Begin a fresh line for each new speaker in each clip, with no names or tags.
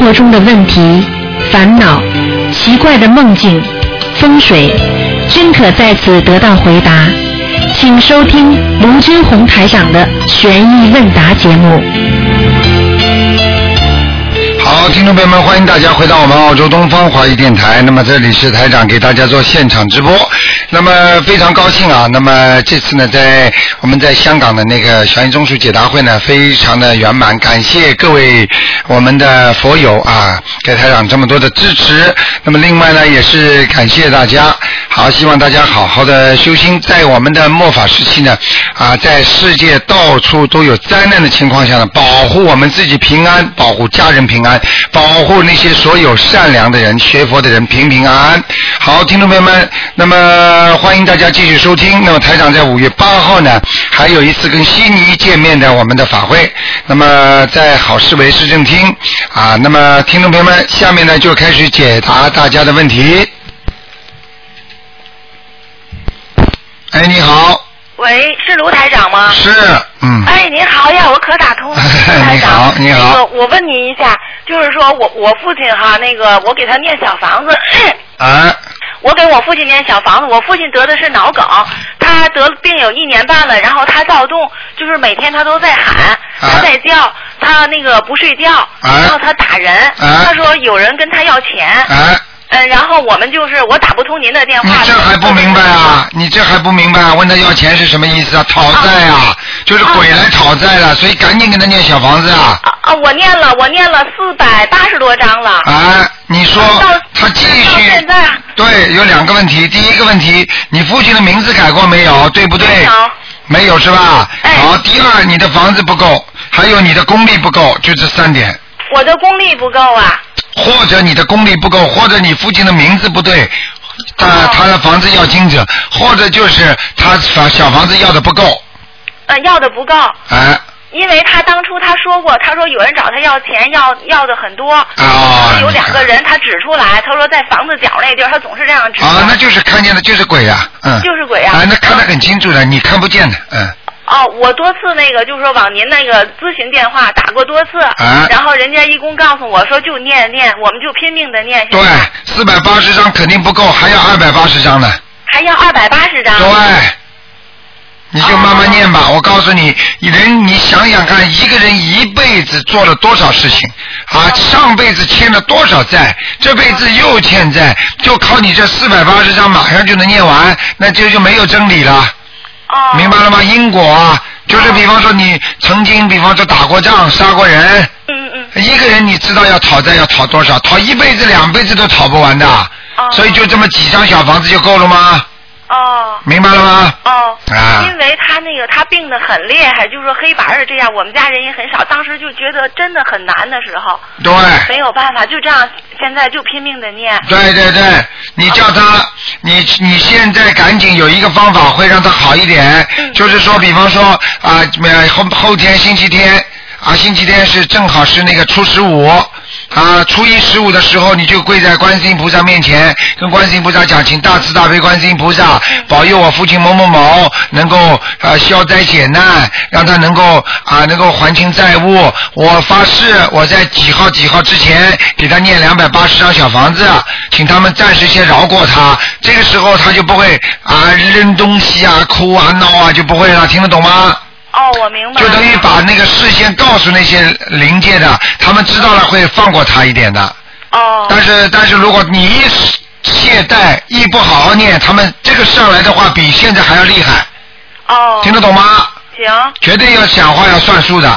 活中的问题、烦恼、奇怪的梦境、风水，均可在此得到回答。请收听卢军红台长的《悬疑问答》节目。
好，听众朋友们，欢迎大家回到我们澳洲东方华语电台。那么这里是台长给大家做现场直播。那么非常高兴啊！那么这次呢，在我们在香港的那个悬疑综述解答会呢，非常的圆满，感谢各位我们的佛友啊，给台长这么多的支持。那么另外呢，也是感谢大家。好，希望大家好好的修心，在我们的末法时期呢，啊，在世界到处都有灾难的情况下呢，保护我们自己平安，保护家人平安，保护那些所有善良的人、学佛的人平平安安。好，听众朋友们，那么欢迎大家继续收听。那么台长在五月八号呢，还有一次跟悉尼见面的我们的法会，那么在好市委市政厅啊，那么听众朋友们，下面呢就开始解答大家的问题。哎，你好，
喂，是卢台长吗？
是，嗯，哎
哎，您好呀，我可打通了，卢台
你
长。
好，你
那个
好，，
我问您一下，就是说我我父亲哈，那个我给他念小房子，
啊，
我给我父亲念小房子，我父亲得的是脑梗，他得病有一年半了，然后他躁动，就是每天他都在
啊
喊，他在叫，他那个不睡觉，然后他打人，
啊
他说有人跟他要钱，
哎，
嗯，然后我们就是我打不通您的电
你
话，
这还不明白啊？你这还不明白啊？问他要钱是什么意思啊？讨债啊，就是鬼来讨债了，所以赶紧给他念小房子啊！
啊啊，我念了，我念了四百八十多章了。
啊，你说
到
他继
到
续
现在
对，有两个问题。第一个问题，你父亲的名字改过没有？对不对？
没有
没有是吧？
哎
好，第二，你的房子不够，还有你的功力不够，就这三点。
我的功力不够啊。
或者你的功力不够，或者你父亲的名字不对，他、
哦
他的房子要精者，或者就是他小小房子要的不够，
呃，要的不够，
哎
因为他当初他说过，他说有人找他要钱，要要的很多。
哦
有两个人，他指出来，他说在房子角那地儿，他总是这样指。
啊，那就是看见的就是鬼啊，嗯，
就是鬼
啊
啊，
那看得很清楚的，你看不见的，嗯，
哦，我多次那个就是说往您那个咨询电话打过多次，
啊
然后人家义工告诉我说就念念，我们就拼命的念，
对，四百八十张肯定不够，还要二百八十张呢，
还要二百八十张。
对。你就慢慢念吧，我告诉你，你人你想想看，一个人一辈子做了多少事情啊？上辈子欠了多少债，这辈子又欠债，就靠你这四百八十张马上就能念完，那这就没有真理了，
哦，
明白了吗？因果啊，就是比方说你曾经，比方说打过仗、杀过人，
嗯嗯嗯，
一个人你知道要讨债要讨多少，讨一辈子、两辈子都讨不完的，
哦
所以就这么几张小房子就够了吗？
哦。
明白了吗？
哦，
啊
因为他那个他病得很厉害，就是说黑板儿这样，我们家人也很少，当时就觉得真的很难的时候，
对。
没有办法，就这样，现在就拼命的念。
对对对，你叫他，你你现在赶紧有一个方法会让他好一点，就是说，比方说啊，呃后后天星期天啊，星期天是正好是那个初十五。啊，初一十五的时候，你就跪在观世音菩萨面前，跟观世音菩萨讲，请大慈大悲观世音菩萨保佑我父亲某某某能够呃消灾解难，让他能够啊、能够还清债务。我发誓，我在几号几号之前给他念两百八十张小房子，请他们暂时先饶过他。这个时候他就不会啊、扔东西啊、哭啊、闹啊，就不会了。听得懂吗？
哦，我明白了。
就等于把那个事先告诉那些灵界的，他们知道了会放过他一点的。
哦
但是但是如果你一懈怠，一不好好念，他们这个上来的话比现在还要厉害，
哦，
听得懂吗？
行
绝对要讲话要算数的，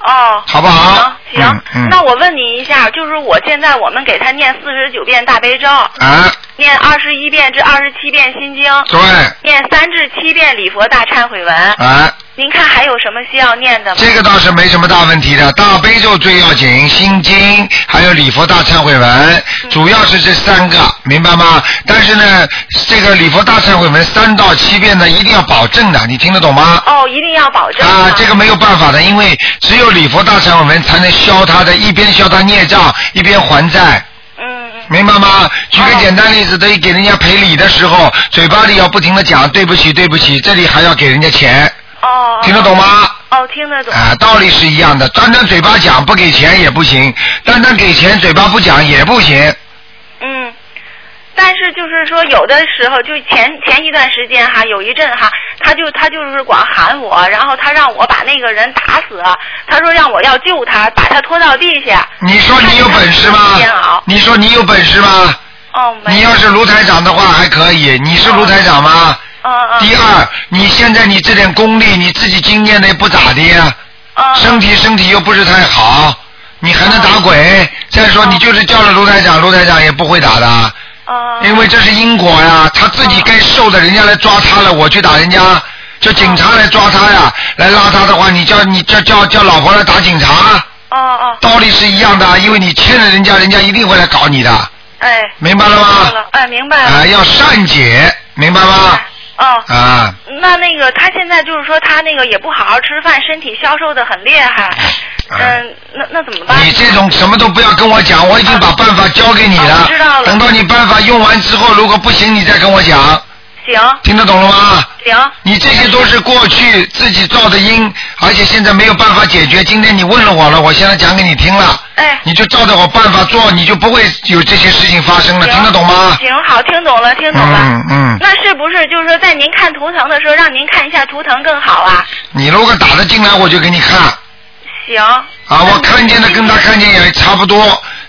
哦。
好不好？
行行、
嗯嗯。
那我问您一下，就是我现在我们给他念四十九遍大悲咒，
啊，
念二十一遍至二十七遍心经，
对，
念三至七遍礼佛大忏悔文。
啊，
您看还有什么需要念的吗？
这个倒是没什么大问题的。大悲咒最要紧，心经还有礼佛大忏悔文，
嗯
主要是这三个，明白吗？但是呢，这个礼佛大忏悔文三到七遍呢，一定要保证的，你听得懂吗？
哦，一定要保证
啊，这个没有办法的，因为只有礼佛大忏悔文才能消他的，一边消他孽障，一边还债，
嗯嗯。
明白吗？举个
哦
简单例子，等于给人家赔礼的时候，嘴巴里要不停的讲对不起，对不起，这里还要给人家钱，
哦，
听得懂吗？
哦，哦，听得懂。
啊，道理是一样的，单单嘴巴讲不给钱也不行，单单给钱嘴巴不讲也不行。
嗯，但是就是说，有的时候就前前一段时间哈，有一阵哈，他就他就是光喊我，然后他让我把那个人打死，他说让我要救他，把他拖到地下。
你说你有本事吗
看见他煎熬？
你说你有本事吗？
哦，没有
你要是卢台长的话还可以，你是卢台长吗？
嗯嗯
第二，你现在你这点功力，你自己经验的也不咋地呀，
嗯
身体身体又不是太好，你还能打
哦
鬼？再说你就是叫了卢台长，卢台长也不会打的，
嗯
因为这是因果呀，他自己该受的，人家来抓他了，我去打人家，就警察来抓他
哦
呀，来拉他的话，你叫你叫叫叫老婆来打警察，
哦哦，
道理是一样的，啊因为你欠了人家，人家一定会来搞你的，
哎，
明白了
知
吗
道？了，哎，明白
啊、
了。
要善解，明白吗？
哦，
啊，
那那个他现在就是说他那个也不好好吃饭，身体消瘦的很厉害。
哎
嗯，那那怎么办？
你这种什么都不要跟我讲，我已经把办法教给你
啊
了。
我知道了
等到你办法用完之后，如果不行，你再跟我讲，
行
听得懂了吗？
行，
你这些都是过去自己造的因，而且现在没有办法解决。今天你问了我了，我现在讲给你听了，
哎，
你就照着我办法做，你就不会有这些事情发生了，
行
听得懂吗？
行，好，听懂了，听懂了。
嗯嗯，
那是不是就是说，在您看图腾的时候，让您看一下图腾更好啊？
你如果打得进来，我就给你看。
行。
啊，我看见的跟他看见也差不多。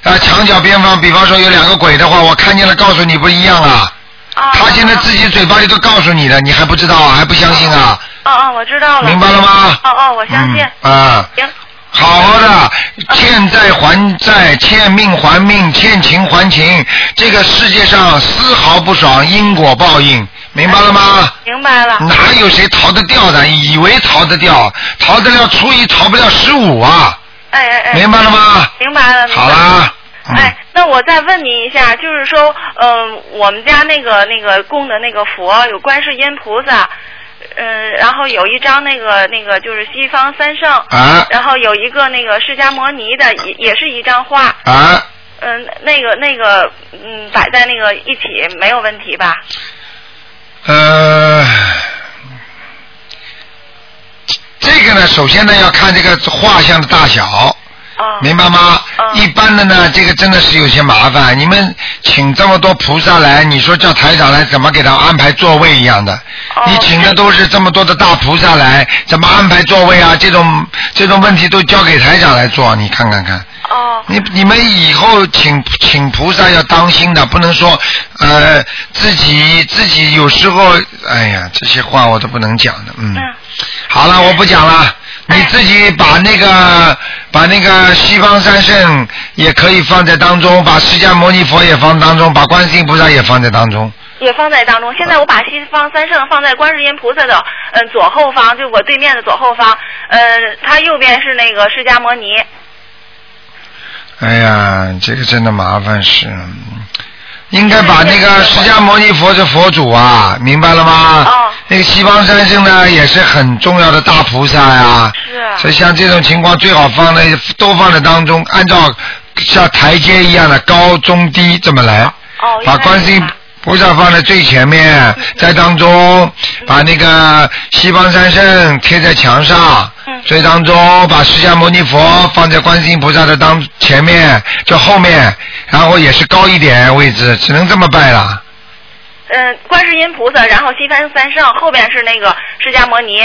啊，墙角边方，比方说有两个鬼的话，我看见了，告诉你不一样啊。
啊。
他现在自己嘴巴里都告诉你了，你还不知道啊，还不相信啊？
哦哦，我知道了。
明白了吗？
哦哦，我相信。
嗯啊，
行，嗯
好好的，欠债还债，欠命还命，欠情还情。这个世界上丝毫不爽因果报应，明白了吗？
明白了。
哪有谁逃得掉的？以为逃得掉，逃得了初一，逃不了十五啊！
哎哎哎。
明白了吗？
明白了。明白
好。啦。嗯
哎，那我再问您一下，就是说，嗯、我们家那个那个供的那个佛有观世音菩萨，嗯、然后有一张那个那个就是西方三圣，
啊
然后有一个那个释迦摩尼的，也也是一张画，
啊！
嗯、那个那个嗯摆在那个一起没有问题吧？
呃，这个呢，首先呢要看这个画像的大小，
哦，
明白吗？
嗯
一般的呢，这个真的是有些麻烦。你们请这么多菩萨来，你说叫台长来，怎么给他安排座位一样的？
哦
你请的都是这么多的大菩萨来，怎么安排座位啊？这种这种问题都交给台长来做，你看看看。
哦
你你们以后请请菩萨要当心的，不能说呃自己自己有时候，哎呀，这些话我都不能讲的，嗯。
嗯
好了，我不讲了，你自己把那个把那个西方三圣也可以放在当中，把释迦牟尼佛也放当中，把观世音菩萨也放在当中。
也放在当中。现在我把西方三圣放在观世音菩萨的嗯左后方，就我对面的左后方，嗯，它右边是那个释迦摩尼。
哎呀，这个真的麻烦事。嗯应该把那
嗯
个释迦牟尼佛是佛祖啊，明白了吗？
哦
那个西方三圣呢，也是很重要的大菩萨呀、
是啊
所以像这种情况，最好放在都放在当中，按照像台阶一样的高中低这么来。
哦，原来嗯
把
是
观世音
这样
菩萨放在最前面，在当中把那个西方三圣贴在墙上
嗯，
最当中把释迦牟尼佛放在观世音菩萨的当前面，就后面，然后也是高一点位置，只能这么拜了。
嗯，观世音菩萨，然后西方三圣，后边是那个释迦摩尼。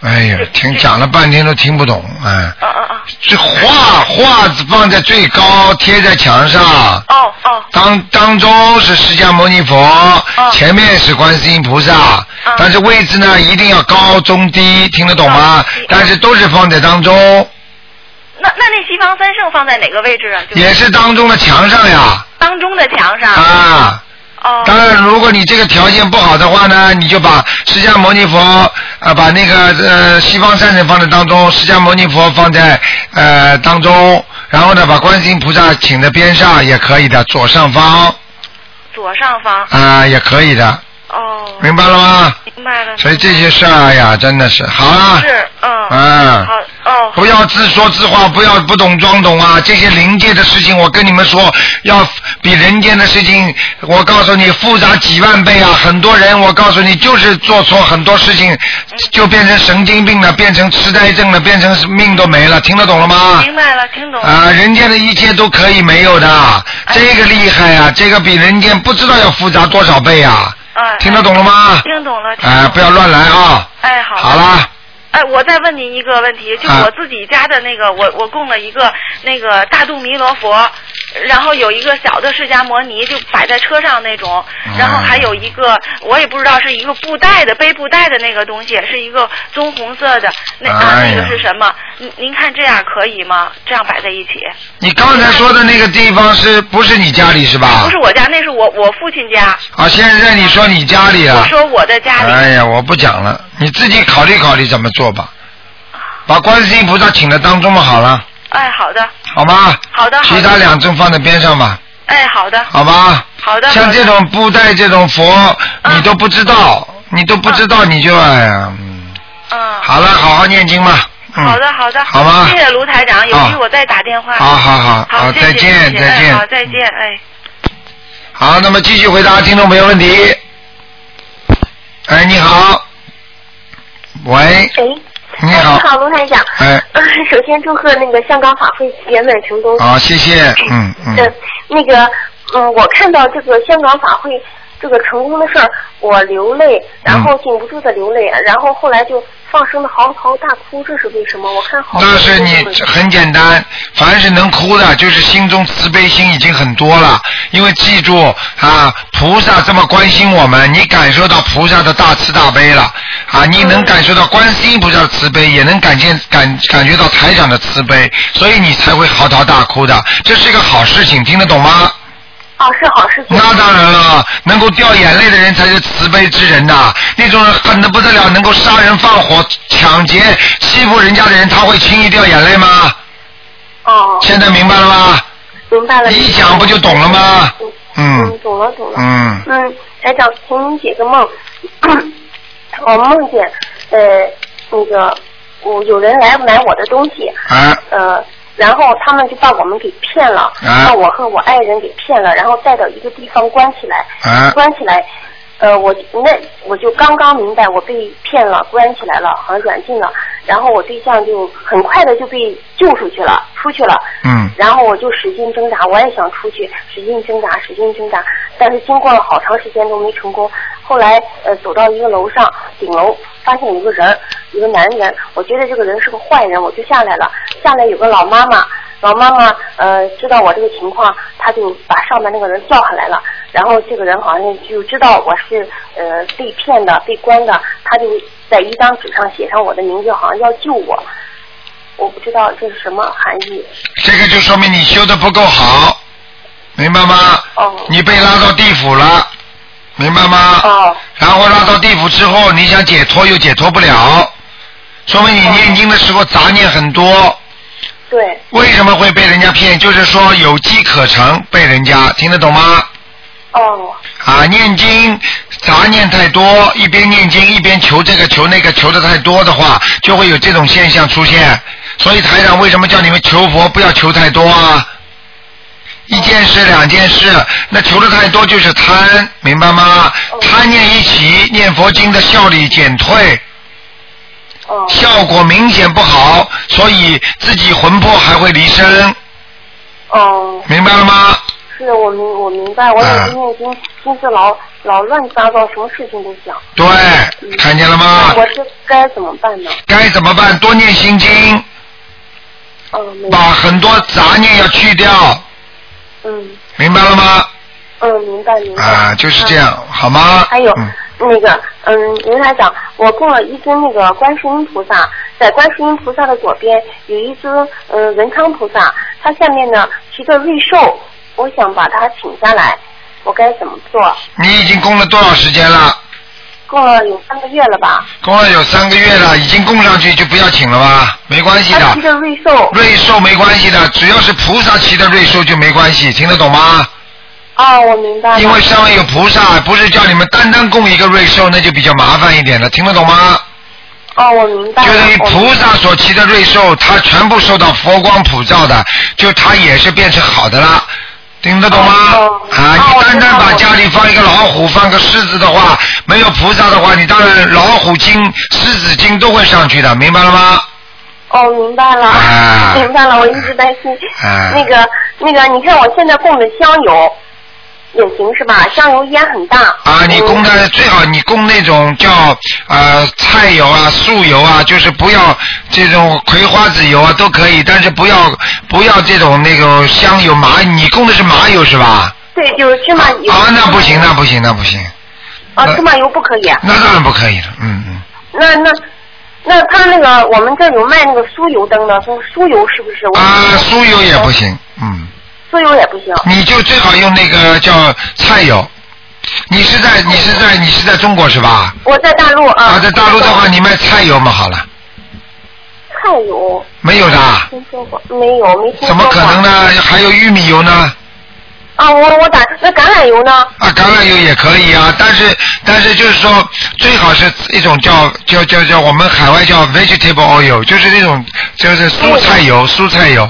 哎呀
是，
听
是
讲了半天都听不懂，哎，
嗯嗯嗯，
这画画放在最高，贴在墙上。
哦哦
当当中是释迦牟尼佛，前面是观世音菩萨，
嗯
但是位置呢一定要高中低，听得懂吗？
嗯
但是都是放在当中，
那那那西方三圣放在哪个位置啊？就是
也是当中的墙上呀
当中的墙上。
啊。
哦
当然，如果你这个条件不好的话呢，你就把释迦牟尼佛啊、呃把那个呃西方三圣放在当中，释迦牟尼佛放在呃当中，然后呢把观世音菩萨请在边上也可以的，左上方啊、
左上方。
也可以的，
哦，
明白了吗？
明白了。
哎所以这些事儿、呀，真的是好了。啊
是嗯。
嗯
好，哦。
不要自说自话，不要不懂装懂啊！这些灵界的事情，我跟你们说，要比人间的事情，我告诉你复杂几万倍啊！很多人，我告诉你，就是做错很多事情，就变成神经病了，变成痴呆症了，变成命都没了。听得懂了吗？
明白了，听懂了。哎
啊，人间的一切都可以没有的，这个厉害啊！这个比人间不知道要复杂多少倍啊！
哎
听得懂了吗？
听懂了。听懂了
哎，不要乱来啊！
哎，好。
好啦。
哎，我再问您一个问题，就是
啊
我自己家的那个，我我供了一个那个大肚弥罗佛，然后有一个小的释迦摩尼，就摆在车上那种，
哎
然后还有一个我也不知道是一个布袋的背布袋的那个东西，是一个棕红色的，那啊
哎呀
那个是什么？您您看这样可以吗？这样摆在一起？
你刚才说的那个地方是不是你家里是吧？
不是我家，那是我我父亲家。
啊，现在你说你家里
我
啊？
说我的家里。
哎呀，我不讲了，你自己考虑考虑怎么做吧。把观世音菩萨请到当中嘛，好了，
哎，好的，
好吗？
好的，好
其
的。
他两尊放在边上吧，
哎，好的，
好吧？
好的。嗯
像
好的
这种布袋这种佛，你都不知道，你都不知道，你就哎呀，嗯
嗯。
好了，好好念经吧。嗯、
好的，好的，
好吗
谢谢卢台长，有
啊
空我再打电话。
好好好
好，
好
谢谢
再见
谢谢
再
哎
见
好，再见，哎。
好，那么继续回答听众朋友问题。哎，你好，喂，
喂，
你好
哎你，好，卢台长。
哎，
呃 首先祝贺那个香港法会圆满成功。
好，谢谢，嗯嗯，
嗯，那个，嗯，我看到这个香港法会这个成功的事儿，我流
嗯
泪，然后禁不住的流泪，然后后来就放声的嚎啕大哭，这是为什么？我看好多
那是
人
你
都会
这很简单，凡是能哭的，就是心中慈悲心已经很多了。因为记住啊，菩萨这么关心我们，你感受到菩萨的大慈大悲了啊，你能感受到观世音菩萨的慈悲，也能感见感感觉到台长的慈悲，所以你才会嚎啕大哭的。这是一个好事情，听得懂吗？
啊，是好事情。
那当然了，能够掉眼泪的人才是慈悲之人呐、那种人狠的不得了，能够杀人放火、抢劫、欺负人家的人，他会轻易掉眼泪吗？
哦，
现在明白了吗？
明白了。
你一讲不就懂了吗？
嗯，
嗯
懂了，懂了。
嗯，
嗯，台长，请您解个梦。 我梦见，呃，那个，我有人来买我的东西，
啊
呃，然后他们就把我们给骗了，
啊
把我和我爱人给骗了，然后带到一个地方关起来，
啊
关起来。呃，我那我就刚刚明白我被骗了，关起来了，好像软禁了。然后我对象就很快的就被救出去了，出去了。
嗯
然后我就使劲挣扎，我也想出去，使劲挣扎，使劲挣扎，但是经过了好长时间都没成功。后来呃走到一个楼上顶楼，发现有一个人儿，一个男人，我觉得这个人是个坏人，我就下来了。下来有个老妈妈，老妈妈呃知道我这个情况，她就把上面那个人叫下来了。然后这个人好像就知道我是呃被骗的、被关的，他就在一张纸上写上我的名字，好像要救我。我不知道这是什么含义。
这个就说明你修的不够好，明白吗？
哦
你被拉到地府了，明白吗？
哦
然后拉到地府之后，你想解脱又解脱不了，说明你念经的时候杂念很多。
对，
为什么会被人家骗？就是说有机可乘，被人家听得懂吗？
哦，
啊，念经杂念太多，一边念经一边求这个求那个，求的太多的话，就会有这种现象出现。所以台长为什么叫你们求佛不要求太多啊？一件事两件事，那求的太多就是贪，明白吗？贪念一起，念佛经的效力减退，
哦，
效果明显不好，所以自己魂魄还会离身，
哦，
明白了吗？哎
是的，我明我明白，我有时念经，心思老老乱七八糟，什么事情都想。
对，看见了吗
那？我是该怎么办呢？
该怎么办？多念心经，
嗯，明白，
把很多杂念要去掉，
嗯
明白了吗？
嗯，明白明白。
啊，就是这样，好吗？
还有、
嗯
那个，嗯，您来讲，我供了一尊那个观世音菩萨，在观世音菩萨的左边有一尊嗯文昌菩萨，它下面呢骑个瑞兽，我想把它请下来，我该怎么做？
你已经供了多少时间了？
供了有三个月了吧？
供了有三个月了，已经供上去就不要请了吧，没关系
它骑
的。
着瑞兽，
瑞兽没关系的，只要是菩萨骑的瑞兽就没关系，听得懂吗？
哦，我明白了。
因为上面有菩萨，不是叫你们单单供一个瑞兽，那就比较麻烦一点了，听得懂吗？
哦，我明白了。
就是
我明
菩
白
萨所骑的瑞兽，它全部受到佛光普照的，就它也是变成好的啦。听得懂吗？
哦
啊，你单单把家里放一个老虎，放个狮子的话，没有菩萨的话，你当然老虎精、狮子精都会上去的，明白了吗？
哦，明白了，
啊
明白了，我一直担心。
啊
那个那个，你看我现在供的香油也行是吧？香油烟很大。
啊，你供的最好你供那种叫呃菜油啊、素油啊，就是不要这种葵花籽油啊都可以，但是不要不要这种那种香油麻。你供的是麻油是吧？
对，就是芝麻油。
啊，那不行，那不行，那不行，
啊，芝麻油不可以啊。
那当然不可以了。嗯嗯，
那那那他那个我们这儿有卖那个酥油灯的，说酥油是不是？我
啊，酥油也不行，嗯，
酥油也不行。
你就最好用那个叫菜油。你是在你是在你是在中国是吧？
我在大陆啊。
啊，在大陆的话，你卖菜油嘛好了，
菜油
没有的啊，
听说过没有？没听说过。
怎么可能呢？还有玉米油呢？
啊，我我打那橄榄油呢？
啊，橄榄油也可以啊，但是但是就是说，最好是一种叫叫叫叫我们海外叫 vegetable oil，就是那种就是蔬菜油，蔬菜油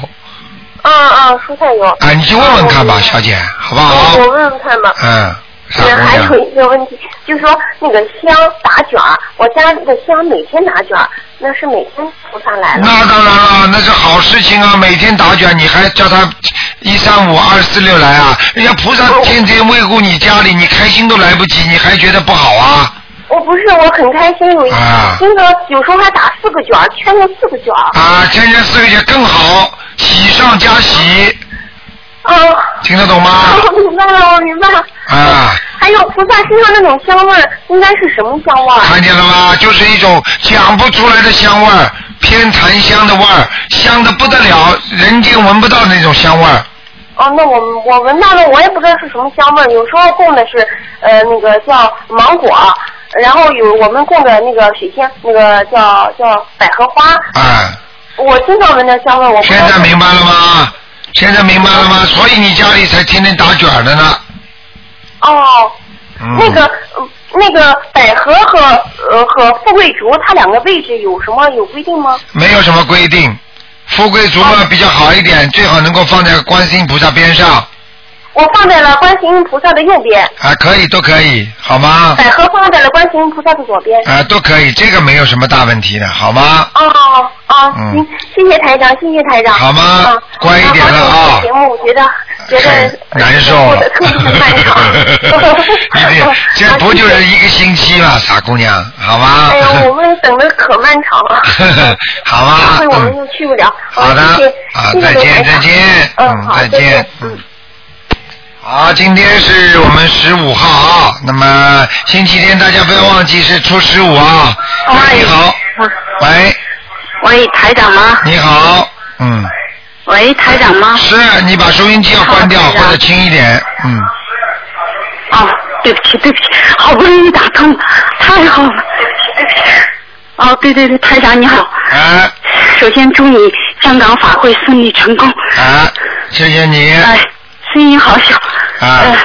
啊啊，蔬菜油。
啊，你去问问看吧，小姐，好不好
我？我问问看吧。
嗯，傻
嗯，还
姑
有
娘，
一个问题，就是说那个香打卷儿，我家的香每天打卷儿，那是每天菩萨来了。
那当然了，啊那是好事情啊，每天打卷，你还叫他一三五二四六来啊？人家菩萨天天喂顾你家里，你开心都来不及，你还觉得不好啊？
我不是，我很开心，有一
啊
经常有时候还打四个卷儿，圈了四个卷儿。
啊，天天四个月更好，喜上加喜，
啊，
听得懂吗？
我明白了，我明白了。
啊，
还有菩萨身上那种香味儿，应该是什么香味儿？
看见了吗？就是一种讲不出来的香味儿，偏檀香的味儿，香的不得了，人间闻不到那种香味儿。
哦，那我我闻到了，我也不知道是什么香味儿。有时候供的是呃那个叫芒果，然后有我们供的那个水仙，那个叫叫百合花。
啊，
我经常闻到香味儿，我不知
现
道
在明白了吗？现在明白了吗？所以你家里才天天打卷儿的呢。
哦，
嗯、
那个、呃那个百合和呃和富贵竹，它两个位置有什么有规定吗？
没有什么规定，富贵竹
哦
嘛比较好一点，最好能够放在观世音菩萨边上，
我放在了观世音菩萨的右边，
啊，可以都可以，好吗？
百合放在了观世音菩萨的左边。
啊，都可以，这个没有什么大问题的，好吗？
哦哦，
啊嗯
行，谢谢台长，谢谢台长。
好吗
啊
乖一点了啊
那好久没有节目我觉得觉
太
得
难受
过
了。
得特别漫长
一定，这不就是一个星期嘛，傻姑娘，好吗
哎？呀，我们等的可漫长了。
啊好
下
吗？
回我们
嗯
就去不了。
好的
啊谢谢，
啊，
谢谢
再见，再
台长
见，
嗯，好，
再见，
嗯。
好，今天是我们十五号啊，那么星期天大家不要忘记是初十五啊。
哎
你好，喂，
喂，台长吗？
你好，嗯，
喂，台长吗？
是你把收音机要关掉
好台长
或者轻一点，嗯，
哦，对不起，对不起，好不容易打通，太好了。对不起，对不起。哦，对对对，台长你好，
哎
首先祝你香港法会顺利成功。
哎，谢谢你，
哎，声音好小。
啊
呃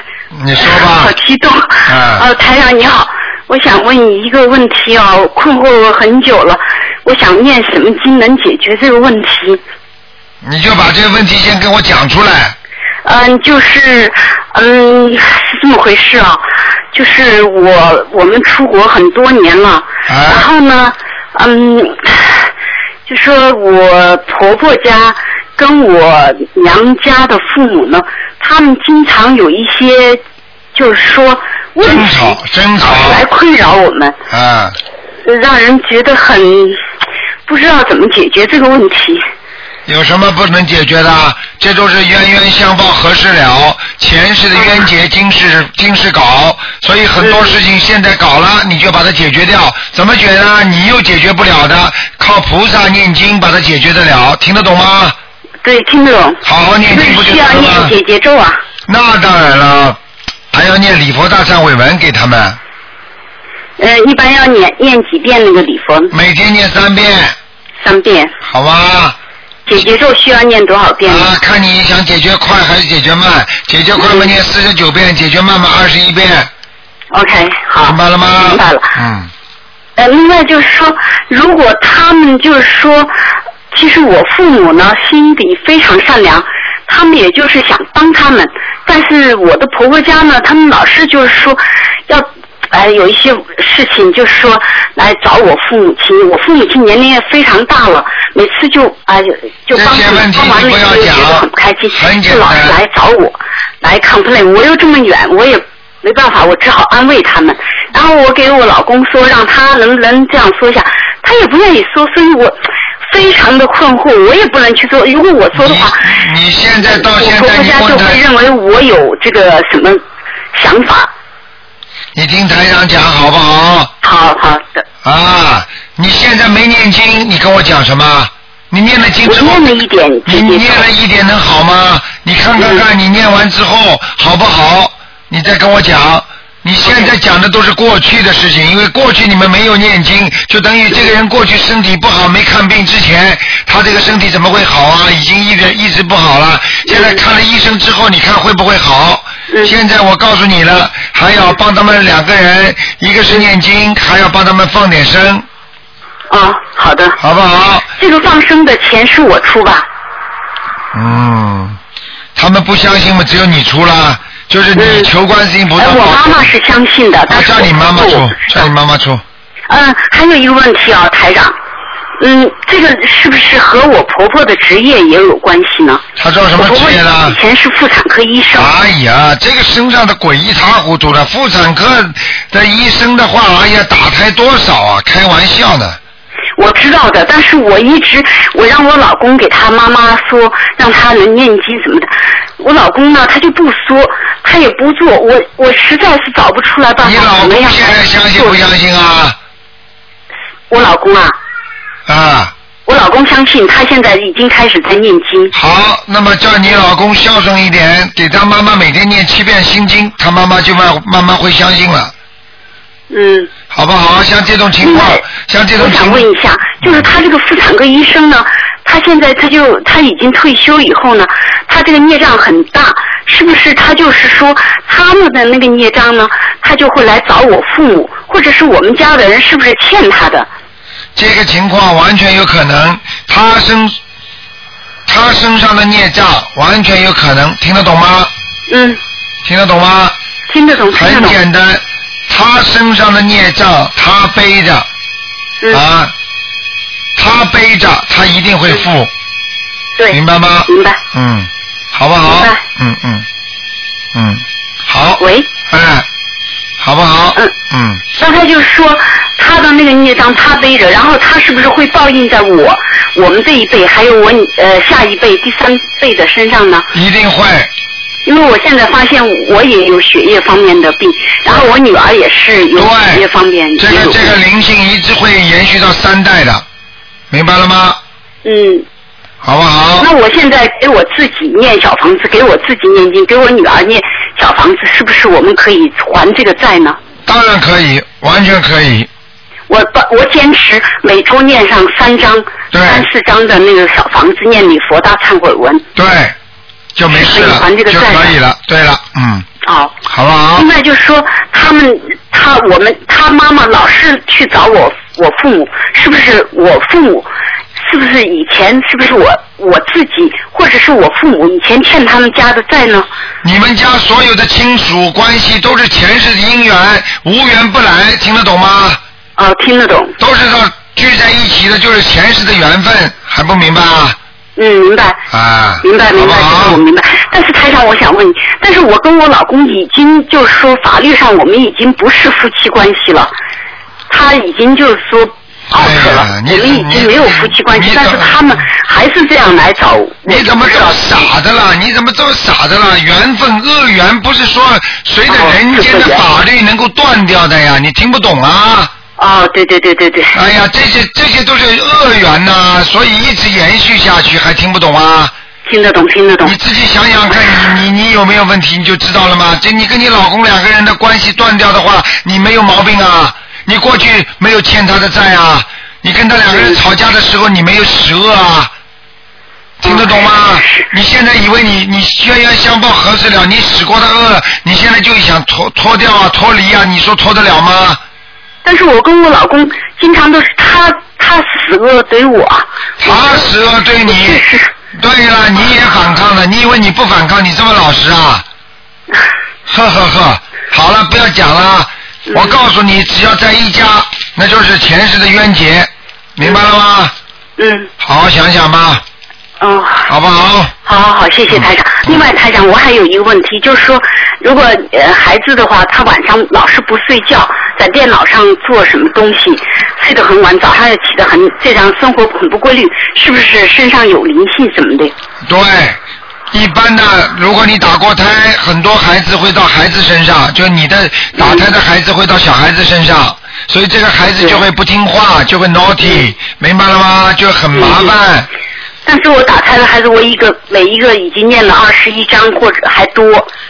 你说吧
好激动。
啊
呃，台长你好，我想问你一个问题啊，我困惑我很久了，我想念什么经能解决这个问题？
你就把这个问题先跟我讲出来。
嗯，就是，嗯，是这么回事啊，就是我我们出国很多年了，
哎
然后呢，嗯，就说我婆婆家跟我娘家的父母呢，他们经常有一些，就是说问
争
题
吵，争吵，
来困扰我们，
啊，
让人觉得很不知道怎么解决这个问题。
嗯有什么不能解决的？啊这都是冤冤相报何时了？前世的冤结，今世今世搞，所以很多事情现在搞了，你就把它解决掉。怎么解呢？你又解决不了的，靠菩萨念经把它解决得了，听得懂吗？
对，听得懂？
好好念
是不
经不
是
就
需
得
要
了
念
吗？
姐姐咒啊？
那当然了，还要念礼佛大忏悔文给他们，
呃，一般要念念几遍那个礼佛？
每天念三遍，
三遍。
好吗？
姐姐咒需要念多少遍？
啊，看你想解决快还是解决慢，解决快
嗯
嘛念四十九遍，解决慢嘛二十一遍，
OK，好。
明白了吗？
明白了。
嗯，
呃，另外就是说，如果他们就是说，其实我父母呢心底非常善良，他们也就是想帮他们，但是我的婆婆家呢，他们老是就是说要。哎，有一些事情就是说来找我父母亲，我父母亲年龄也非常大了，每次就哎就帮
些问题
帮完了
你
以
不要
后就觉
讲
得很不开心，
很简
就老是
单
来找我来 complain，我又这么远，我也没办法，我只好安慰他们。然后我给我老公说，让他能不能这样说一下，他也不愿意说，所以我非常的困惑，我也不能去说。如果我说的话，
你现在到现
我婆
在
婆
你
家
问
就
他
会，认为我有这个什么想法。
你听台长讲好不好？
好好的，
啊，你现在没念经，你跟我讲什么？你念了经
我
之后
念，了一点，
你
直接
念了一点能好吗？你看
嗯
看看，你念完之后好不好？你再跟我讲。你现在讲的都是过去的事情，因为过去你们没有念经，就等于这个人过去身体不好，没看病之前，他这个身体怎么会好啊？已经一直一直不好了。现在看了医生之后，你看会不会好？
嗯
现在我告诉你了，还要帮他们两个人，一个是念经，还要帮他们放点生，
啊，好的，
好不好？
这个放生的钱是我出吧？
嗯，他们不相信嘛，只有你出啦，就是你求观世音菩萨
哎，我
保
妈
佑
妈是相信的，但
啊
是
叫
我
你妈妈
婆婆
出
我不，知道
叫你妈妈出。
嗯，还有一个问题啊，台长，嗯，这个是不是和我婆婆的职业也有关系呢？
她做什
我
么
婆婆
职业
以
呢？
前是妇产科医生，
哎呀，这个身上的鬼一塌糊涂的，妇产科的医生的话，哎呀，打胎多少啊？开玩笑呢。
我知道的，但是我一直我让我老公给他妈妈说，让他能念经什么的，我老公呢他就不说，他也不做，我我实在是找不出来办
你
法
老
怎么
公
样
现
来
在相信
做
不相信啊？
我老公啊，
啊，
我老公相信，他现在已经开始在念经。
好，那么叫你老公孝顺一点，给他妈妈每天念七遍心经，他妈妈就慢慢慢会相信了。
嗯，
好不好？像这种情况
另外，
像这
我
种情
想
况
问，一下，就是他这个妇产科医生呢，他现在他就他已经退休以后呢，他这个孽障很大，是不是他就是说他们的那个孽障呢，他就会来找我父母，或者是我们家的人是不是欠他的？
这个情况完全有可能，他身他身上的孽障完全有可能，听得懂吗？
嗯，
听得懂吗？
听得懂，听得
很
懂。
简单，他身上的孽障他背着
嗯，
啊，他背着，他一定会付，
嗯对，
明白吗？
明白。
嗯，好不好
明白？
嗯嗯嗯，好，
喂，
哎，好不好？
嗯
嗯。
那他就说他的那个孽障他背着，然后他是不是会报应在我、我们这一辈，还有我呃下一辈、第三辈的身上呢？
一定会，
因为我现在发现我也有血液方面的病，然后我女儿也是有血液方面
对，这
也有
个
病
这个灵性一直会延续到三代的，明白了吗？
嗯，
好不好？
那我现在给我自己念小房子，给我自己念经，给我女儿念小房子，是不是我们可以还这个债呢？
当然可以，完全可以。
我把我坚持每周念上三章、
对
三四章的那个小房子，念礼佛大忏悔文。
对，就没事了，
可以还这个
就
债
可以了。对了，嗯，
哦，
好不好
另？外就是说，他们他我们他妈妈老是去找我我父母，是不是我父母？是不是以前是不是我我自己，或者是我父母以前欠他们家的债呢？
你们家所有的亲属关系都是前世的姻缘，无缘不来，听得懂吗？
哦，听得懂，
都是说聚在一起的，就是前世的缘分，还不明白啊？
嗯，明白，
啊，
明白，明
好不
白，这个我
好？
明白。但是台长，我想问你，但是我跟我老公已经就是说法律上我们已经不是夫妻关系了，他已经就是说 out 了，
哎呀
我
你
们已经没有夫妻关系
你，
但是他们还是这样来找我。
你怎么这么傻的啦？你怎么这么傻的啦？缘分恶缘不是说随着
哦
人间的法律能够断掉的呀？你听不懂啊？
哦，对对对对对，
哎呀，这些这些都是恶缘呐、所以一直延续下去，还听不懂啊？
听得懂听得懂
你。自己想想看，你你你有没有问题，你就知道了吗？这你跟你老公两个人的关系断掉的话，你没有毛病啊，你过去没有欠他的债啊，你跟他两个人
嗯
吵架的时候，你没有十恶啊，听得懂 吗？你现在以为你你冤冤相报何时了？你使过的恶，你现在就想脱脱掉啊，脱离啊，你说脱得了吗？
但是我跟我老公经常都是他他死恶怼我，
他死恶对你。对了，你也反抗了，你以为你不反抗，你这么老实啊？呵呵呵，好了，不要讲了。
嗯
我告诉你，只要在一家，那就是前世的冤结，明白了吗？
嗯。
好好想想吧。
嗯，
好不好？
好好好，谢谢台长。另外，台长，我还有一个问题，就是说，如果呃孩子的话，他晚上老是不睡觉，在电脑上做什么东西，睡得很晚，早上又起得很，这样生活很不规律，是不是身上有灵性什么的？
对，一般的，如果你打过胎，很多孩子会到孩子身上，就是你的打胎的孩子会到小孩子身上，所以这个孩子就会不听话，就会 naughty，明白了吗？就很麻烦。
但是我打胎的孩子，我一个每一个已经念了二十一章或者还多，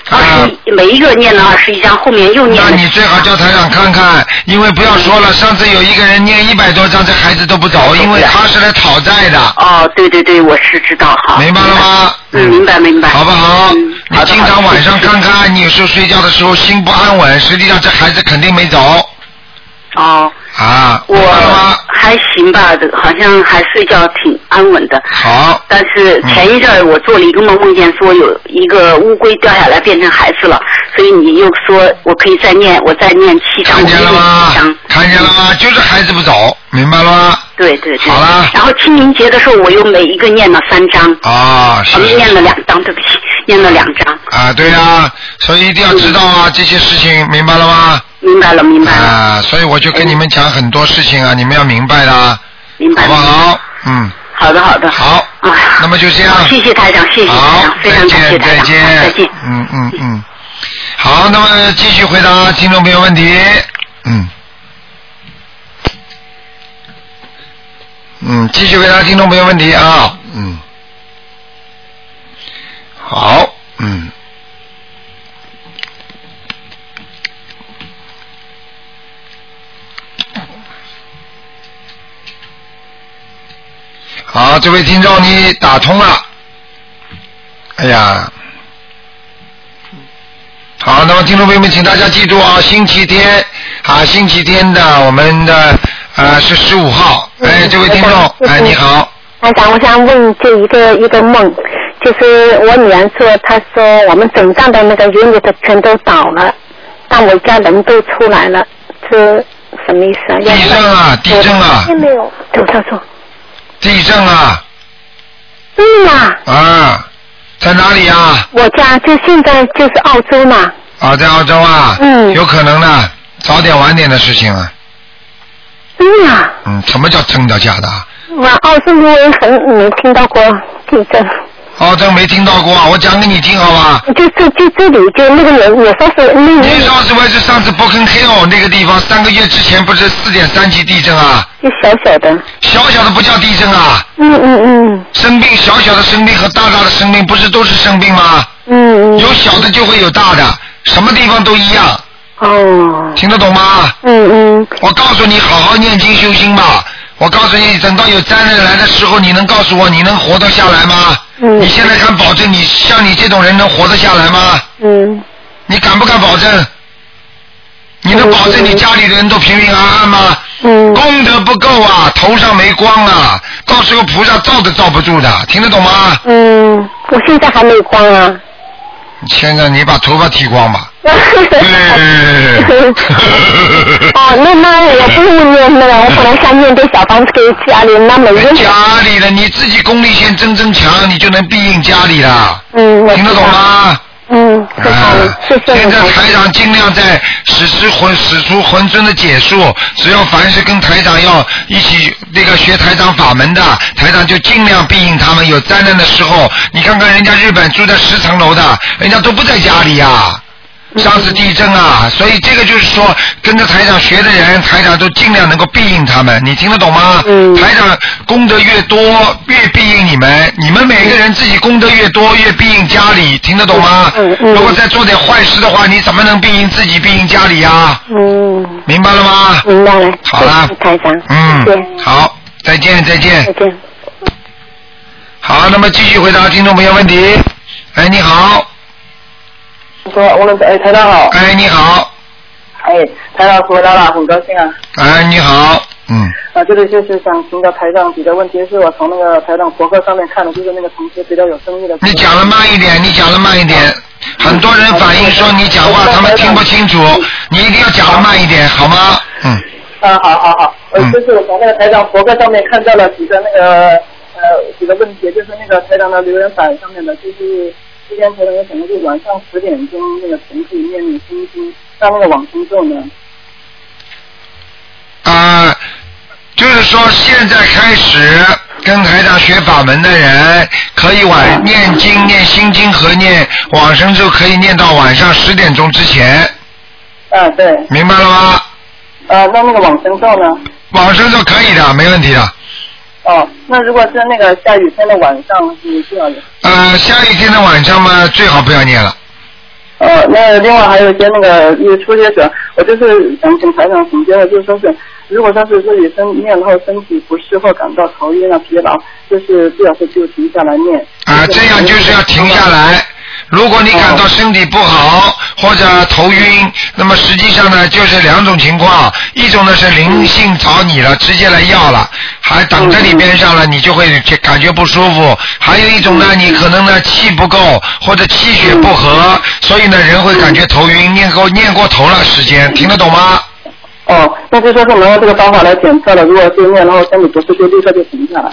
二十一每一个念了二十一章，后面又念
那
了。嗯
你最好叫台长看看，因为不要说了，上次有一个人念一百多张，这孩子都不走，因为他是来讨债的。
哦，对对对，我是知道，好。
明白了吗？
嗯，明白明白。嗯
好不好？你经常晚上看看，你有时候睡觉的时候心不安稳，实际上这孩子肯定没走
哦，
啊。
我还行吧，这个好像还睡觉挺安稳的。
好。嗯
但是前一阵儿我做了一个梦，梦见说有一个乌龟掉下来变成孩子了，所以你又说我可以再念，我再念七章，我
看见了
念
吗
七章。？
看见了吗？就是孩子不走，明白了吗？
对对对。
好啦
然后清明节的时候，我又每一个念了三章。
啊，
我
是
们念了两章，对不起，念了两章。
啊，对呀、所以一定要知道啊，这些事情明白了吗？
明白了，明白了，
啊，所以我就跟你们讲很多事情啊，你们要明白的啊，
明白
好
了。
不好？嗯，
好的，好的。啊
好，那么就这样。
谢谢台长，谢谢台
好
长，，非
再
常感
见，
谢台
再
长，
见，
好再见。
嗯嗯嗯，好，那么继续回答听众朋友问题。嗯。嗯，继续回答听众朋友问题啊。嗯。好，嗯。好，这位听众你打通了。哎呀，好，那么听众朋友们，请大家记住啊，星期天啊，星期天的我们的呃是十五号。
嗯
哎，这位听众，哎，你好，
班长，我想问这一个一个梦，就是我女儿说，她说我们整幢的那个 unit 全都倒了，但我家人都出来了，这什么意思啊？
地震啊，地震啊，
没有，对不说，
地震啊，
对呀、
啊，在哪里啊？
嗯我家就现在就是澳洲嘛，
啊，在澳洲啊，
嗯
有可能的，早点晚点的事情啊，
对呀、
嗯，什么叫真的假的啊？
我澳洲因为很没听到过地震，
澳洲没听到过啊，我讲给你听好吧？
就是就这里就那个人也说是那
你
个
说是不是上次 b o c k e n Hill 那个地方三个月之前不是四点三级地震啊？
就小小的，
小小的不叫地震啊，
嗯嗯
生病小小的生病和大大的生病不是都是生病吗？
嗯嗯
有小的就会有大的，什么地方都一样，
嗯，哦，
听得懂吗？
嗯嗯
我告诉你，好好念经修心吧。我告诉你，等到有灾难来的时候，你能告诉我你能活得下来吗？
嗯
你现在敢保证你像你这种人能活得下来吗？
嗯，
你敢不敢保证？你能保证你家里的人都平平安安吗？
嗯
功德不够啊，头上没光啊，到时候菩萨罩都罩不住的，听得懂吗？
嗯，我现在还没光啊。
现在你把头发剃光吧。
哦，那那我不念那个，我本来想念点小房子给家里，那每天
家里的你自己功力先增增强，你就能庇应家里了，
嗯，我知
听
道
得懂？吗？
嗯，知道了
啊，
谢谢
现
你
在。台长尽量在使出浑使出浑身的解数，只要凡是跟台长要一起那个学台长法门的，台长就尽量庇应他们。有灾难的时候，你看看人家日本住在十层楼的，人家都不在家里呀、上次地震啊，所以这个就是说，跟着台长学的人，台长都尽量能够庇应他们，你听得懂吗？
嗯
台长功德越多，越庇应你们，你们每个人自己功德越多，越庇应家里，听得懂吗？
嗯嗯
如果再做点坏事的话，你怎么能庇应自己、庇应家里呀、
嗯，
明白了吗？
明白了。
好啦
谢谢台长。谢谢
嗯，好，再见，再
再
见。
见。
好，那么继续回答听众朋友问题。哎，你好，
说，我们哎，台长好，
哎，你好，
哎，台长回来了，很高兴啊。
哎，你好，嗯，
啊，这里就是想请教台长几个问题，是我从那个台长博客上面看的，就是那个同学比较有争议的。
你讲的慢一点，你讲的慢一点。很多人反映说你讲话他们听不清楚，你一定要讲的慢一点，好吗？嗯，
啊，好好好，呃，就是我从那个台长博客上面看到了几个那个呃几个问题，就是那个台长的留言板上面的，就是之前台长有讲过，就晚上十点钟那个同事念心经，上那个往生咒呢。
啊、就是说现在开始跟台长学法门的人，可以晚念经、念心经和念往生咒，可以念到晚上十点钟之前，
啊，对，
明白了吗？
呃，那那个往生咒呢？
往生咒可以的，没问题的。
哦，那如果是那个下雨天的晚上，是这样的。
呃，下雨天的晚上嘛，最好不要念了。
呃，那另外还有一些那个日出些者，我就是想请台长请教的，就是说是，如果说是自己身念后身体不适或感到头晕啊疲劳，就是最好是就停下来念。
啊，这样就是要停下来。如果你感
哦
到身体不好或者头晕，那么实际上呢就是两种情况，一种呢是
嗯
灵性找你了，直接来要了，还挡在你边上了，你就会觉感觉不舒服；还有一种
嗯
呢，你可能呢气不够或者气血不
嗯
和，所以呢人会感觉头晕，念过念过头了时间，听得懂吗？
哦，那就说是能用这个方法来检测了。如果是念后身体不适，就立刻就停下来。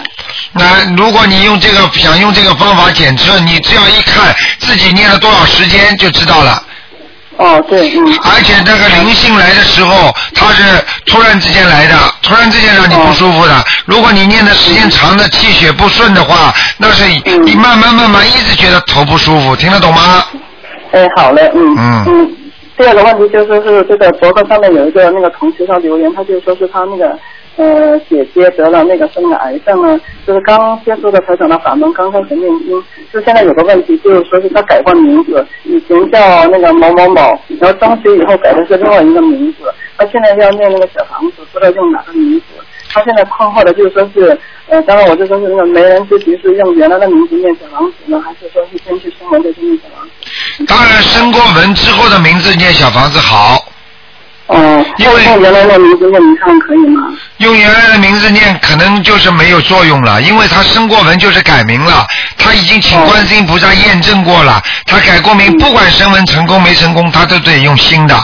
那如果你用这个想用这个方法检测，你只要一看自己念了多少时间就知道了。
哦，对，嗯。
而且那个灵性来的时候，它是突然之间来的，突然之间让你
哦
不舒服的。如果你念的时间长的气血不顺的话，那是
嗯
你慢慢慢慢一直觉得头不舒服，听得懂吗？
哎，好嘞，嗯
嗯
嗯。第二个问题就是说是这个博客上面有一个那个同学他留言，他就说是他那个呃姐姐得了那个生了癌症呢，就是刚接触的台长的法门，刚开始念经，就现在有个问题就是说是他改过名字，以前叫那个某某某，然后中学以后改的是另外一个名字，他现在要念那个小房子，不知道用哪个名字。他现在困惑的就是说是，呃，刚刚我就说是那个没人之急是用原来的名字念小房子呢，还是说是先去生完再去念小房子？
当然，升过文之后的名字念小房子好。
哦，
因为
用原来的名字念，你看可以吗？
用原来的名字念，可能就是没有作用了，因为他升过文就是改名了，他已经请
哦
观世音菩萨验证过了，他改过
嗯
名，不管升文成功没成功，他都得用新的。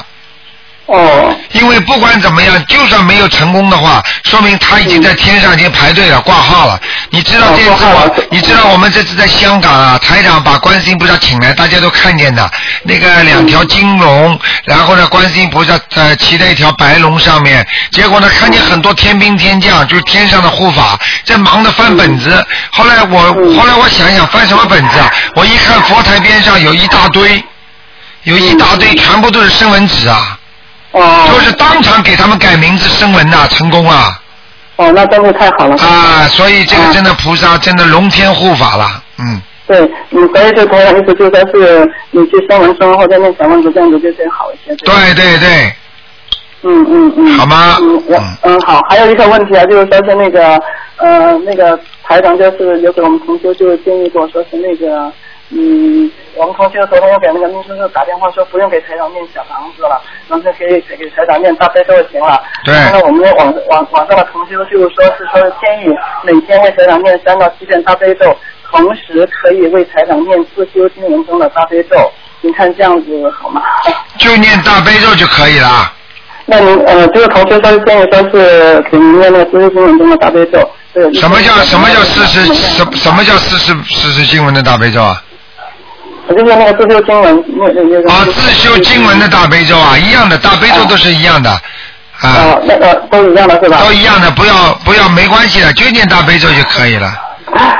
哦。
因为不管怎么样，就算没有成功的话，说明他已经在天上已经排队了，挂号了。你知道这次我，你知道我们这次在香港啊，台长把观世音菩萨请来，大家都看见的，那个两条金龙，然后呢，观世音菩萨呃骑在一条白龙上面，结果呢，看见很多天兵天将，就是天上的护法，在忙着翻本子。后来我，后来我想一想翻什么本子啊？我一看佛台边上有一大堆，有一大堆，全部都是声纹纸啊。就是当场给他们改名字声纹呐、成功啊！
哦，那真是太好了。
啊，所以这个真的菩萨真的龙天护法了，
哦
嗯。
对，嗯，所以就同样意思就是说是你去生完生后再念小房子，这样子就最好一些。对
对对对，
嗯嗯嗯。
好吗？
嗯，我嗯好，还有一个问题啊，就是说是那个呃那个台长就是有给我们同修就是建议过，说是那个嗯，我们同修昨天又给那个秘书处打电话说不用给台长念小房子了，然后就可以给给台长念大悲咒就行了。
对
然后呢，我们网网网上的同修就是说是说是建议每天为台长念三到七遍大悲咒，同时可以为台长念自修经文中的大悲咒。您看这样子好吗？
就念大悲咒就可以了。
哎那您呃，这个同学他是建议说是给您念那个知识经文中的大悲咒，对。
什么叫什么叫四十什什么叫四十四十经文的大悲咒啊？
我就念那个自修经文，那那那个。
啊，自修经文的大悲咒啊，一样的，大悲咒都是一样的。啊，
哦那个都一样的是吧？
都一样的，不要不要，没关系的，就念大悲咒就可以了，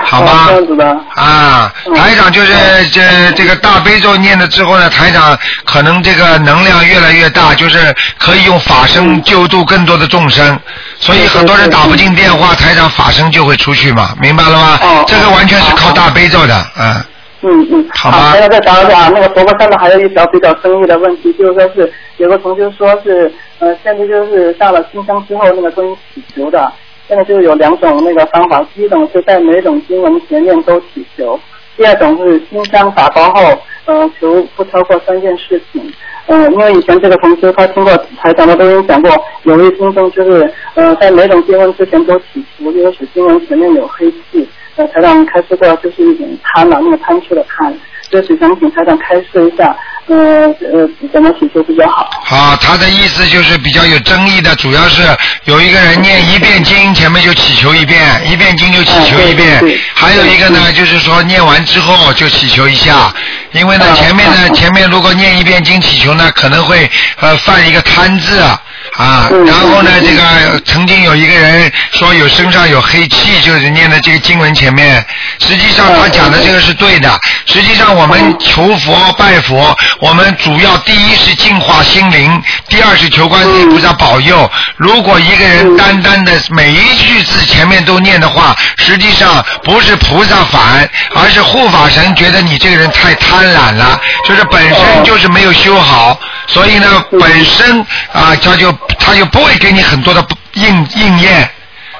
好吗？
啊哦这样子的。嗯
啊，台长就是这这个大悲咒念了之后呢，台长可能这个能量越来越大，就是可以用法身救度更多的众生，所以很多人打不进电话，台长法身就会出去嘛，明白了
哦
吗？这个完全是靠大悲咒的，嗯，
嗯嗯，
好吧
还有再讲一讲那个博客上面还有一条比较争议的问题，就是说是有个同学说是呃，现在就是上了新生之后那个关于祈求的，现在就是有两种那个方法，第一种是在每种经文前面都祈求，第二种是经商打包后，呃，求不超过三件事情。嗯、因为以前这个同学他听过台长的录音讲过，有位听众就是呃，在每种结婚之前都祈福，因为水晶人前面有黑气。呃，台长开示过，就是一点贪婪，那个贪吃的贪，就是想请台长开示一下，呃呃，怎么祈求比较好？
好，啊他的意思就是比较有争议的，主要是有一个人念一遍经，前面就祈求一遍，一遍经就祈求一遍
哎对对；嗯
还有一个呢，就是说念完之后就祈求一下，因为呢前面呢前面如果念一遍经祈求呢，可能会呃犯一个贪字啊。啊，
嗯
然后呢，这个曾经有一个人说有身上有黑气，就是念的这个经文前面，实际上他讲的这个是对的。实际上我们求佛拜佛，我们主要第一是净化心灵，第二是求观世音菩萨保佑。如果一个人单单的每一句字前面都念的话，实际上不是菩萨反，而是护法神觉得你这个人太贪婪了，就是本身就是没有修好，所以呢，本身啊，他就他就不会给你很多的应应验。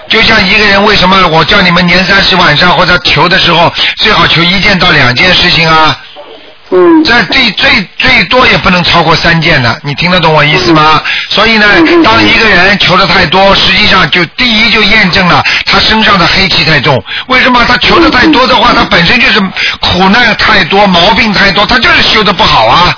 就像一个人为什么我叫你们年三十晚上或者求的时候，最好求一件到两件事情啊。
嗯。
这最最最多也不能超过三件的，你听得懂我意思吗？所以呢，当一个人求的太多，实际上就第一就验证了他身上的黑气太重。为什么他求的太多的话，他本身就是苦难太多，毛病太多，他就是修的不好啊。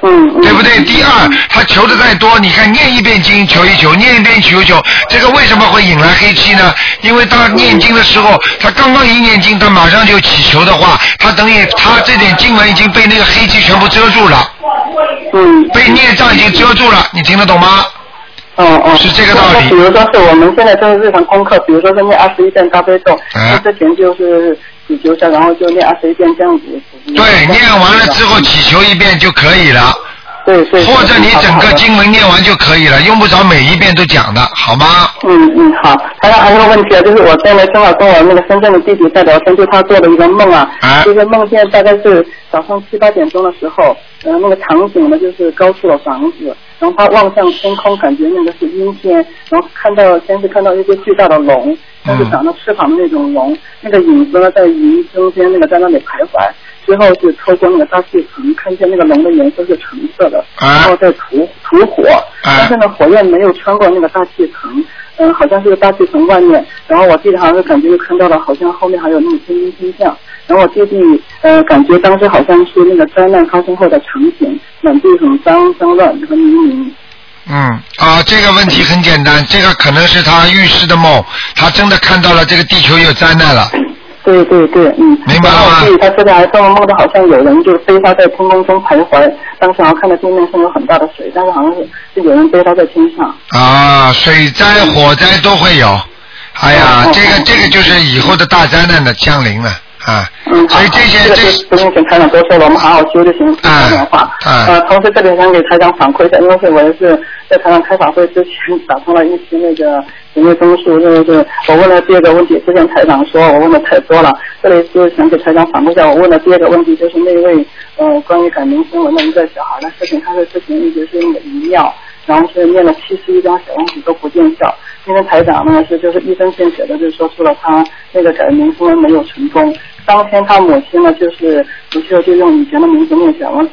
嗯
对不对？第二，他求的再多，你看念一遍经求一求，念一遍求一求，这个为什么会引来黑气呢？因为他念经的时候，他刚刚一念经，他马上就祈求的话，他等于他这点经文已经被那个黑气全部遮住了，
嗯，
被孽障已经遮住了，你听得懂吗？
哦哦，
是这个道理
比如说是我们现在就是日常功课，比如说是念二十一遍大悲咒，
哎
那之前就是祈求一下，然后就念二十一遍这样子。
对，念完了之后祈求一遍就可以了，
对对。
或者你整个
好的
经文念完就可以了，用不着每一遍都讲的，好吗？
嗯嗯，好。还有还有个问题啊，就是我现在正好跟我那个深圳的弟弟在聊天，就他做了一个梦啊，
啊
这个梦见大概是早上七八点钟的时候，呃，那个场景呢就是高处的房子，然后他望向天空，感觉那个是阴天，然后看到先是看到一些巨大的龙，
哎
但是长了翅膀的那种龙，那个影子呢在云中间那个在那里徘徊。之后是透过那个大气层，看见那个龙的颜色是橙色的，
啊
然后再吐吐火，
啊
但是呢，火焰没有穿过那个大气层，嗯，好像是个大气层外面。然后我弟弟好像是感觉就看到了，好像后面还有那种天兵天象。然后我弟弟呃，感觉当时好像是那个灾难发生后的场景，满地很脏脏乱和泥泞。
嗯啊，这个问题很简单，这个可能是他预示的梦，他真的看到了这个地球有灾难了。
对对对，嗯。
明白了吗
然后我弟弟他之前还做梦，梦到好像有人就是背他在天空中徘徊，当时好像看到地面上有很大的水，但是好像是是有人背他在天上。
啊，水灾、火灾都会有。哎呀
嗯，嗯
这个
嗯
这个就是以后的大灾难的降临了啊！
嗯，好
所以这些
这个
这
就不用请台长多说了，我们好好修就行，不
哎
打电话。
哎
呃，同时这里想给台长反馈一下，因为是我也是在台长开法会之前 打通了一期那个人类综述，就是我问了第二个问题，之前台长说我问的太多了，这里就是想给台长反馈一下，我问的第二个问题就是那位呃关于改名新闻的一个小孩的事情，他的事情一直是那个遗药。然后是念了七十一张小王子都不见效。今天台长呢是就是一针见血的就说出了他那个改名新闻没有成功。当天他母亲呢就是不是就用以前的名字念小王子，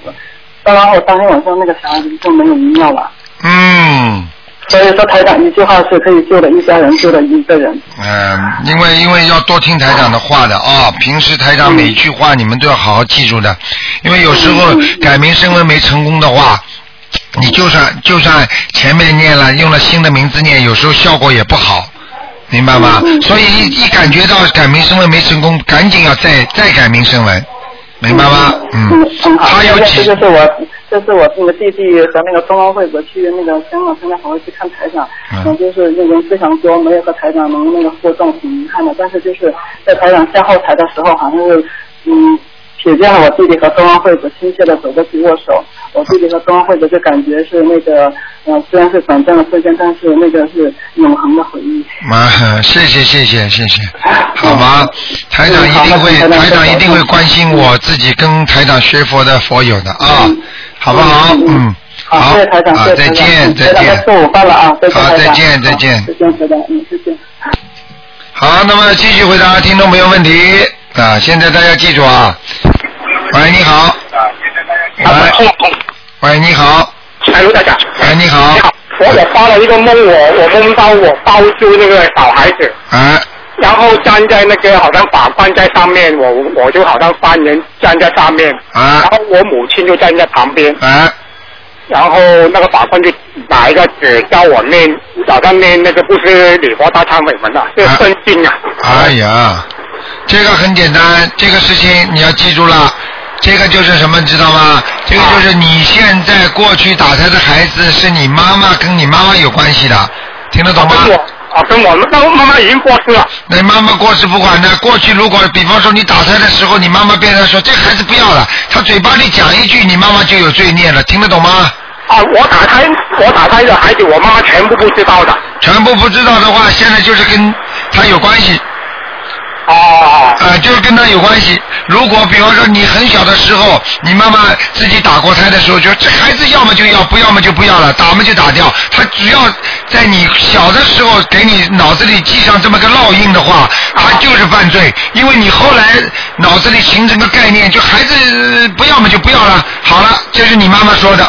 当然后当天晚上那个小孩子就没有遗尿了。
嗯
所以说台长一句话是可以救了一家人，救了一个人。
嗯、因为因为要多听台长的话的啊、平时台长每一句话你们都要好好记住的，因为有时候改名声纹没成功的话。你就算就算前面念了，用了新的名字念，有时候效果也不好，明白吗？所以一一感觉到改名声纹没成功，赶紧要再再改名声纹，明白吗？嗯
嗯，嗯，好，
他有
这
几
就是我，这是我那个弟弟和那个冬奥会，我去那个香港参加好会去看台长，
嗯
嗯，就是那人非常多，没有和台长能那个互动，挺遗憾的。但是就是在台长下后台的时候，好像是嗯。瞥见了我弟弟和冬奥会子亲切的走过去握手，我弟弟和冬奥会子就感觉是那个，呃，虽然是短暂的瞬间，但是那个是永恒的回忆。
妈， 谢谢谢谢谢谢，好吗？台长一定会，
嗯嗯好的
台长一定会
台长
关心我自己跟台长学佛的佛友的啊，好不好？
嗯嗯
嗯，好，
谢谢台长，
啊
谢
再
谢台长
见
嗯
再
台长
见
该。吃午饭了啊，再见
好
台
再
长
见再见
好再见，台长，嗯，再见。
好，那么继续回答听众朋友问题。啊，现在大家记住啊。喂，你好。喂，喂，你好。
哎，卢大家。
哎，你好。
我也发了一个梦，我我梦到我抱住那个小孩子，
啊
然后站在那个好像法官在上面，我我就好像犯人站在上面，
啊
然后我母亲就站在旁边，
啊
然后那个法官就拿一个纸叫我念，早上念那个不是礼佛大忏悔文啊，是圣经啊，
哎呀，这个很简单，这个事情你要记住了。这个就是什么，你知道吗？这个就是你现在过去打胎的孩子是你妈妈跟你妈妈有关系的，听得懂吗？
啊，跟我们那我妈妈已经过世了。
那妈妈过世不管的，过去如果比方说你打胎的时候，你妈妈变成说这孩子不要了，她嘴巴里讲一句，你妈妈就有罪孽了，听得懂吗？
啊，我打胎，我打胎的孩子，我妈妈全部不知道的。
全部不知道的话，现在就是跟他有关系。
哦。
啊，就是跟他有关系。如果比方说你很小的时候，你妈妈自己打过胎的时候，就这孩子要么就要，不要么就不要了，打嘛就打掉。他只要在你小的时候给你脑子里记上这么个烙印的话，他就是犯罪，因为你后来脑子里形成个概念，就孩子呃不要么就不要了，好了，这是你妈妈说的。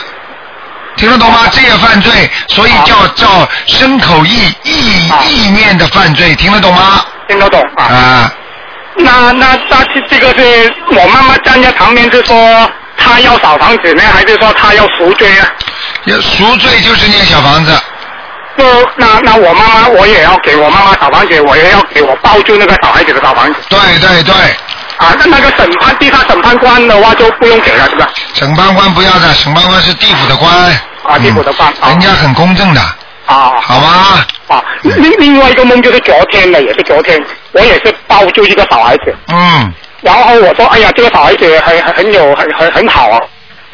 听得懂吗？这也犯罪，所以叫叫身口意意意念的犯罪，听得懂吗？
听得懂啊。
啊，
那那那这这个是我妈妈站在旁边是说她要扫房子呢，还是说她要赎罪啊？
要赎罪就是念小房子。
就那那我妈妈我也要给我妈妈扫房子，我也要给我抱住那个小孩子的扫房子。
对对对。
啊，那那个审判第三审判官的话就不用给了，是吧？
审判官不要的，审判官是地府的官。嗯
啊，地府的官。
人家很公正的。
啊。
好吧。
啊，另另外一个梦就是昨天的，也是昨天，我也是抱住一个小孩子。
嗯
然后我说，哎呀，这个小孩子很很很有很很很好啊。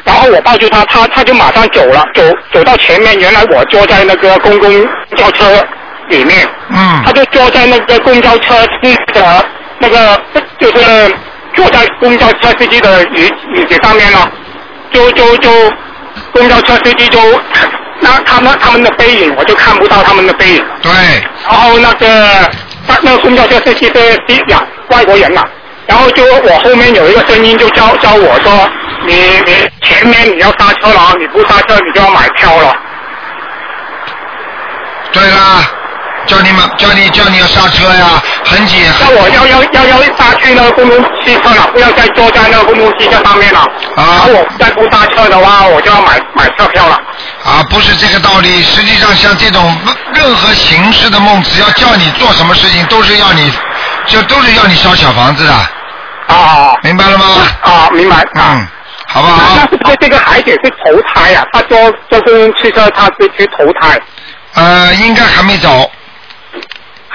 然后我抱住他，他他就马上走了，走走到前面，原来我坐在那个公共公交车里面，
嗯
他就坐在那个公交车司机的那个就是坐在公交车司机的椅椅子上面了，就就就公交车司机就那他们他们的背影我就看不到他们的背影，
对，
然后那个他那个公交车司机是西呀外国人啊，然后就我后面有一个声音就叫叫我说你你前面你要刹车了啊，你不刹车你就要买票了。
对啦，叫你们叫你叫你要刹车呀，很紧。
那我要要要要刹去那个公共汽车了，不要再坐在那个公共汽车上面了。然后我再不刹车的话，我就要买买车票了。
啊，不是这个道理。实际上，像这种任何形式的梦，只要叫你做什么事情，都是要你，就都是要你烧小房子的。
啊，
明白了吗？
啊，明白。
嗯，好不好？
那是不是这个孩子是投胎啊？他坐坐公共汽车，他是去投胎，
呃，应该还没走。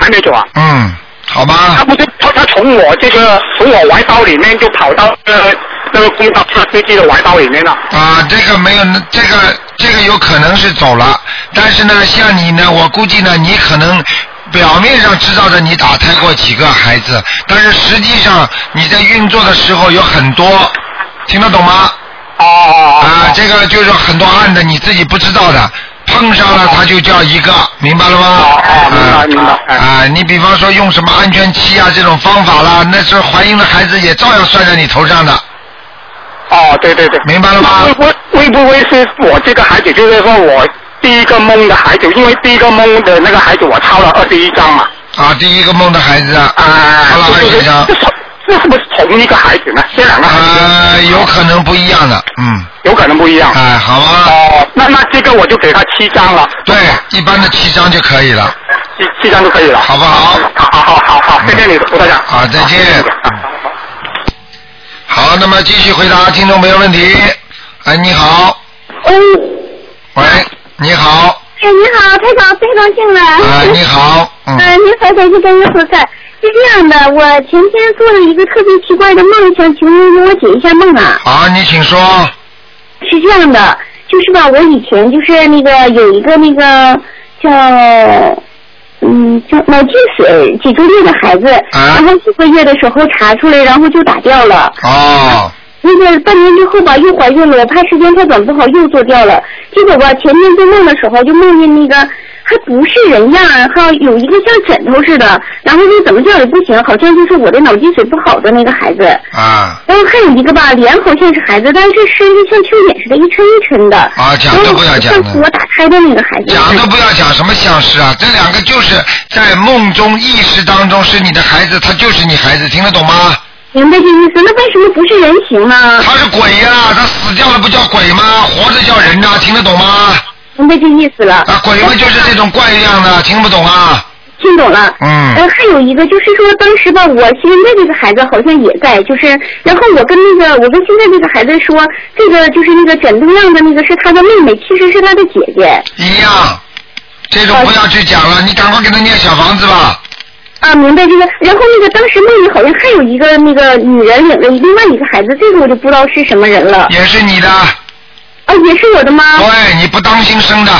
还没走啊？
嗯，好吧。
他不是他他从我这个从我怀抱里面就跑到那个那个公交车司机的怀抱里面了。
啊，这个没有，这个这个有可能是走了，但是呢，像你呢，我估计呢，你可能表面上知道的你打胎过几个孩子，但是实际上你在运作的时候有很多，听得懂吗？
哦
啊，这个就是很多案的你自己不知道的，碰上了它就叫一个，明白了吗？
哦，明白明白。
啊，你比方说用什么安全期啊这种方法啦，那时候怀孕的孩子也照样算在你头上的。
哦，对对对，
明白了
吗？会不会会不会是我这个孩子，就是说我第一个梦的孩子，因为第一个梦的那个孩子我抄了二十一章嘛，
啊，第一个梦的孩子啊，好了，还有一张。
这是不是同一个孩子呢？这两个孩子、
呃，有可能不一样的，嗯。
有可能不一样。
哎，好啊。
哦，那那这个我就给他七张了。
对，一般的七张就可以了。
七七张就可以了，
好不好？嗯
好好好好，谢谢你，吴大家。
好，再见。嗯好，那么继续回答听众朋友问题。哎，你好。喂，你好，
哎，你好，台长，太高兴了。
哎，你好，嗯
嗯、您好，感谢跟您说事儿。是这样的，我前天做了一个特别奇怪的梦，想请您给我解一下梦啊。
好，你请说。
是这样的，就是吧，我以前就是那个有一个那个叫嗯叫脑积水几个月的孩子，然后几个月的时候查出来，然后就打掉了。
哦，
那个半年之后吧，又怀孕了，我怕时间太短不好，又做掉了。结果吧，前天做梦的时候就梦见那个还不是人样，还有有一个像枕头似的，然后就怎么叫也不行，好像就是我的脑积水不好的那个孩子。
啊
然后还有一个吧，脸好像是孩子，但是身上像蚯蚓似的，一圈一圈的。
啊，讲
哦
都不要讲
像
了
是我打开的那个孩子。
讲都不要讲什么相识啊，这两个就是在梦中意识当中是你的孩子，他就是你孩子，听得懂吗？
明白这意思，那为什么不是人形呢？
他是鬼呀、他死掉了不叫鬼吗？活着叫人呐、听得懂吗？
明白这意思了。
啊，鬼嘛就是这种怪样的，听不懂啊？
听懂了。
嗯
呃，还有一个就是说，当时吧，我现在这个孩子好像也在，就是，然后我跟那个，我跟现在这个孩子说，这个就是那个枕头样的那个是他的妹妹，其实是他的姐姐。
一样，这种不要去讲了，你赶快给他念小房子吧。
啊，明白这个。然后那个当时梦里好像还有一个那个女人领着另外一个孩子，这个我就不知道是什么人了。
也是你的，
啊，也是我的吗？
对你不当心生的，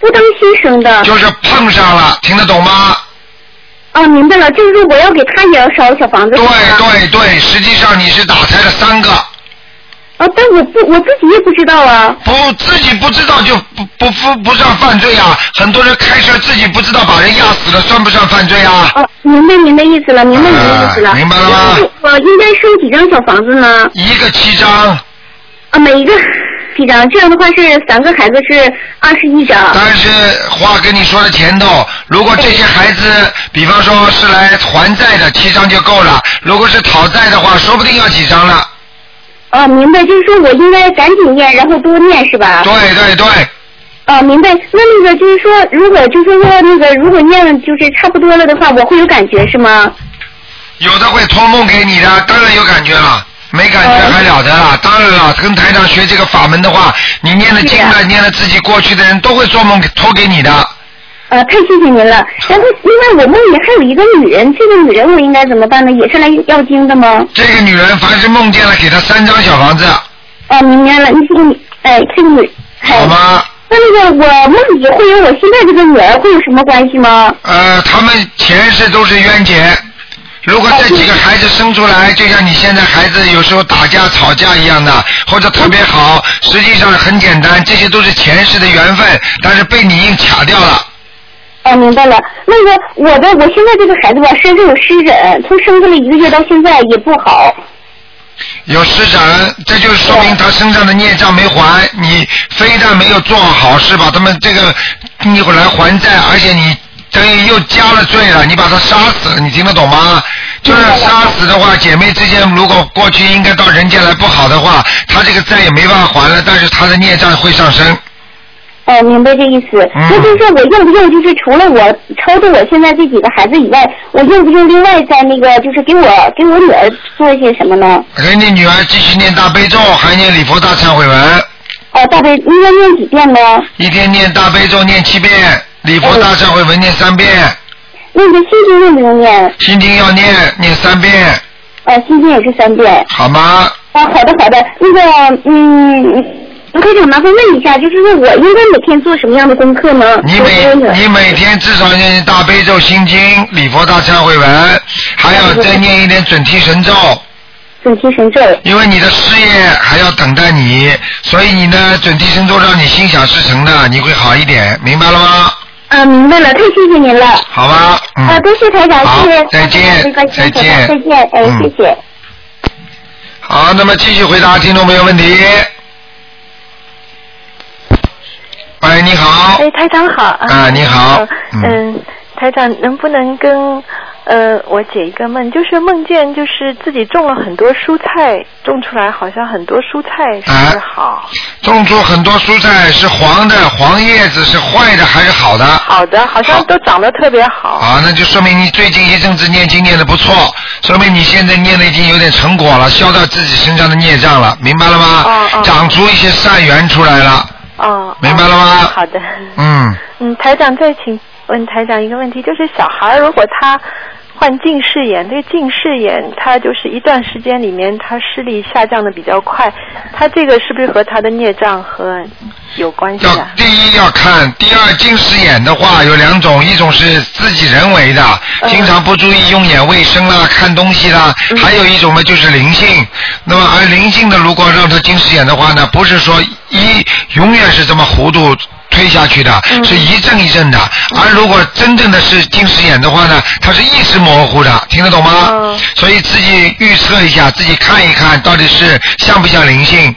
不当心生的。
就是碰上了，听得懂吗？
哦，明白了，就是说我要给他也要烧小房子。对
对对，实际上你是打胎了三个。
啊，但我不，我自己也不知道啊。
不，自己不知道就不不不不算犯罪啊！很多人开车自己不知道把人压死了，算不算犯罪啊？
哦，明白您的意思了，明白您的意思了。
啊明白了吗
然后我应该收几张小房子呢？
一个七张，
啊，每一个几张，这样的话是三个孩子是二十一张。
但是话跟你说的前头，如果这些孩子，比方说是来还债的，七张就够了；如果是讨债的话，说不定要几张了。
哦，明白，就是说我应该赶紧念，然后多念是吧？
对对对，
哦，明白。那那个就是说，如果就是说那个如果念了就是差不多了的话，我会有感觉是吗？
有的会托梦给你的，当然有感觉了。没感觉还了得啦？当然了，跟台长学这个法门的话，你念了经了，念了自己过去的人都会做梦托给你的。
呃，太谢谢您了。然后，另外我梦里还有一个女人，这个女人我应该怎么办呢？也是来要经的吗？
这个女人凡是梦见了，给她三张小房子，
哦，明白了，你这个女，哎，这个女，
好吗？
那那个我梦里会有我现在这个女儿会有什么关系吗？
呃，他们前世都是冤结。如果这几个孩子生出来，就像你现在孩子有时候打架吵架一样的，或者特别好，实际上很简单，这些都是前世的缘分，但是被你硬卡掉了。
哦，明白了。那个我的我现在这个孩子吧，身上有湿疹，从生下来一个月到现在也不好。
有施展，这就是说明他身上的孽障没还，你非但没有做好事，把他们这个一会儿来还债，而且你等于又加了罪了，你把他杀死了，你听得懂吗？就是杀死的话，姐妹之间如果过去应该到人间来不好的话，他这个债也没办法还了，但是他的孽障会上升。
哦，明白这意思。
嗯
那就是说我用不用，就是除了我超度我现在这几个孩子以外，我用不用另外在那个就是给我给我女儿做一些什么呢？
人家女儿继续念大悲咒，还念礼佛大忏悔文，
哦，大概应该念几遍呢？
一天念大悲咒念七遍，礼佛大忏悔文念三遍，
那个心经用不用念？
心经要念念三遍，
呃，心经也是三遍。
好吗？
啊，好的好的，那个嗯，卢科长麻烦问一下，就是说我应该每天做什么样的功课呢？
你每你每天至少念大悲咒、心经、礼佛大忏悔文，还要再念一点准提神咒。
准提神咒。
因为你的事业还要等待你，所以你呢，准提神咒让你心想事成的，你会好一点，明白了吗？
啊，明白了，太谢谢您了。
好吧，嗯。
啊，多谢台长，
好
谢谢。
再见
台长
再见
再见，哎，
嗯
谢谢。
好，那么继续回答听众朋友问题。喂，你好。
哎，台长好。
啊你好
嗯、台长能不能跟呃我解一个梦？就是梦见就是自己种了很多蔬菜，种出来好像很多蔬菜
啊
是好、
种出很多蔬菜是黄的，黄叶子是坏的还是好的？
好的，好像都长得特别好。
啊，那就说明你最近一阵子念经念的不错，说明你现在念的已经有点成果了，消掉自己身上的孽障了，明白了吗？长出一些善缘出来了，
哦，
明白了吗
哦好的，
嗯，
嗯，台长再请问台长一个问题，就是小孩儿如果他患近视眼，这个近视眼他就是一段时间里面他视力下降的比较快，他这个是不是和他的孽障和有关系啊？
第一要看，第二近视眼的话有两种，一种是自己人为的，经常不注意用眼卫生啦、看东西啦，还有一种呢就是灵性。那么而灵性的如果让他近视眼的话呢，不是说一永远是这么糊涂。推下去的，是一阵一阵的。而如果真正的是近视眼的话呢，它是意识模糊的，听得懂吗？所以自己预测一下，自己看一看到底是像不像灵性。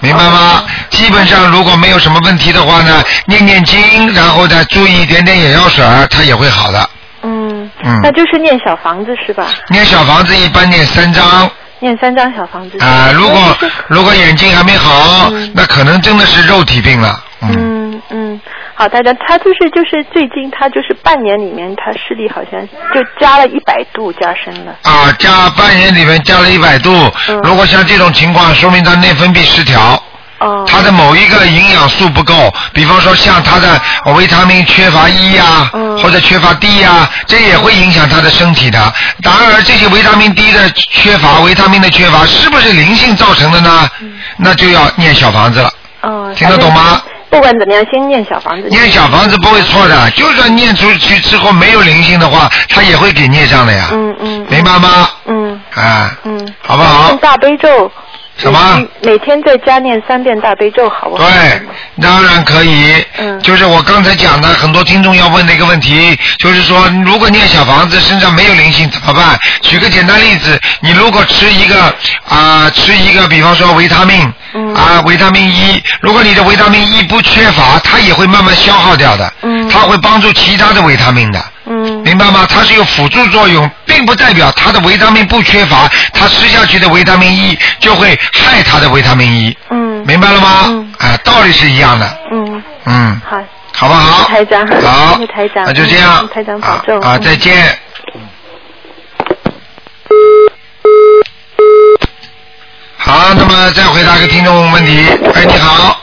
明白吗？基本上如果没有什么问题的话呢，念念经，然后再注意一点点眼药水儿，它也会好的。
嗯，
嗯
那就是念小房子是吧？
念小房子一般念三张。
念三张小房子。哦
啊、如
呃
果如果眼睛还没好，那可能真的是肉体病了。
嗯嗯，好，台长，他就是就是最近他就是半年里面他视力好像就加了一百度加深了。
啊，加半年里面加了一百度，
嗯
如果像这种情况，说明他内分泌失调。
哦
他的某一个营养素不够，比方说像他的维他命缺乏 E 呀、
嗯
或者缺乏 D 呀、这也会影响他的身体的。然而，这些维他命 D 的缺乏、维他命的缺乏，是不是灵性造成的呢？那就要念小房子了。
嗯，
听得懂吗？
不管怎么样，先念小房子。
念小房子不会错的，就算念出去之后没有灵性的话，他也会给孽障的呀。
嗯嗯。
明白吗？
嗯
啊，
嗯。
好不好
念大悲咒。
什么？
每天在家念三遍大悲咒，好不好？
对，当然可以。
嗯
就是我刚才讲的，很多听众要问的一个问题，就是说，如果念小房子身上没有灵性怎么办？举个简单例子，你如果吃一个啊、吃一个，比方说维他命，
嗯
啊，维他命 E，如果你的维他命 E 不缺乏，它也会慢慢消耗掉的。嗯。它会帮助其他的维他命的。
嗯。
明白吗？它是有辅助作用，并不代表它的维他命不缺乏，它吃下去的维他命 E 就会害它的维他命 E。
嗯。
明白了吗？啊，道理是一样的。
嗯，
嗯，
好，
好不好？
台长，
好
谢谢 台长，
那就这样
嗯台长保重
啊，再见。好，那么再回答个听众问题。哎，你好，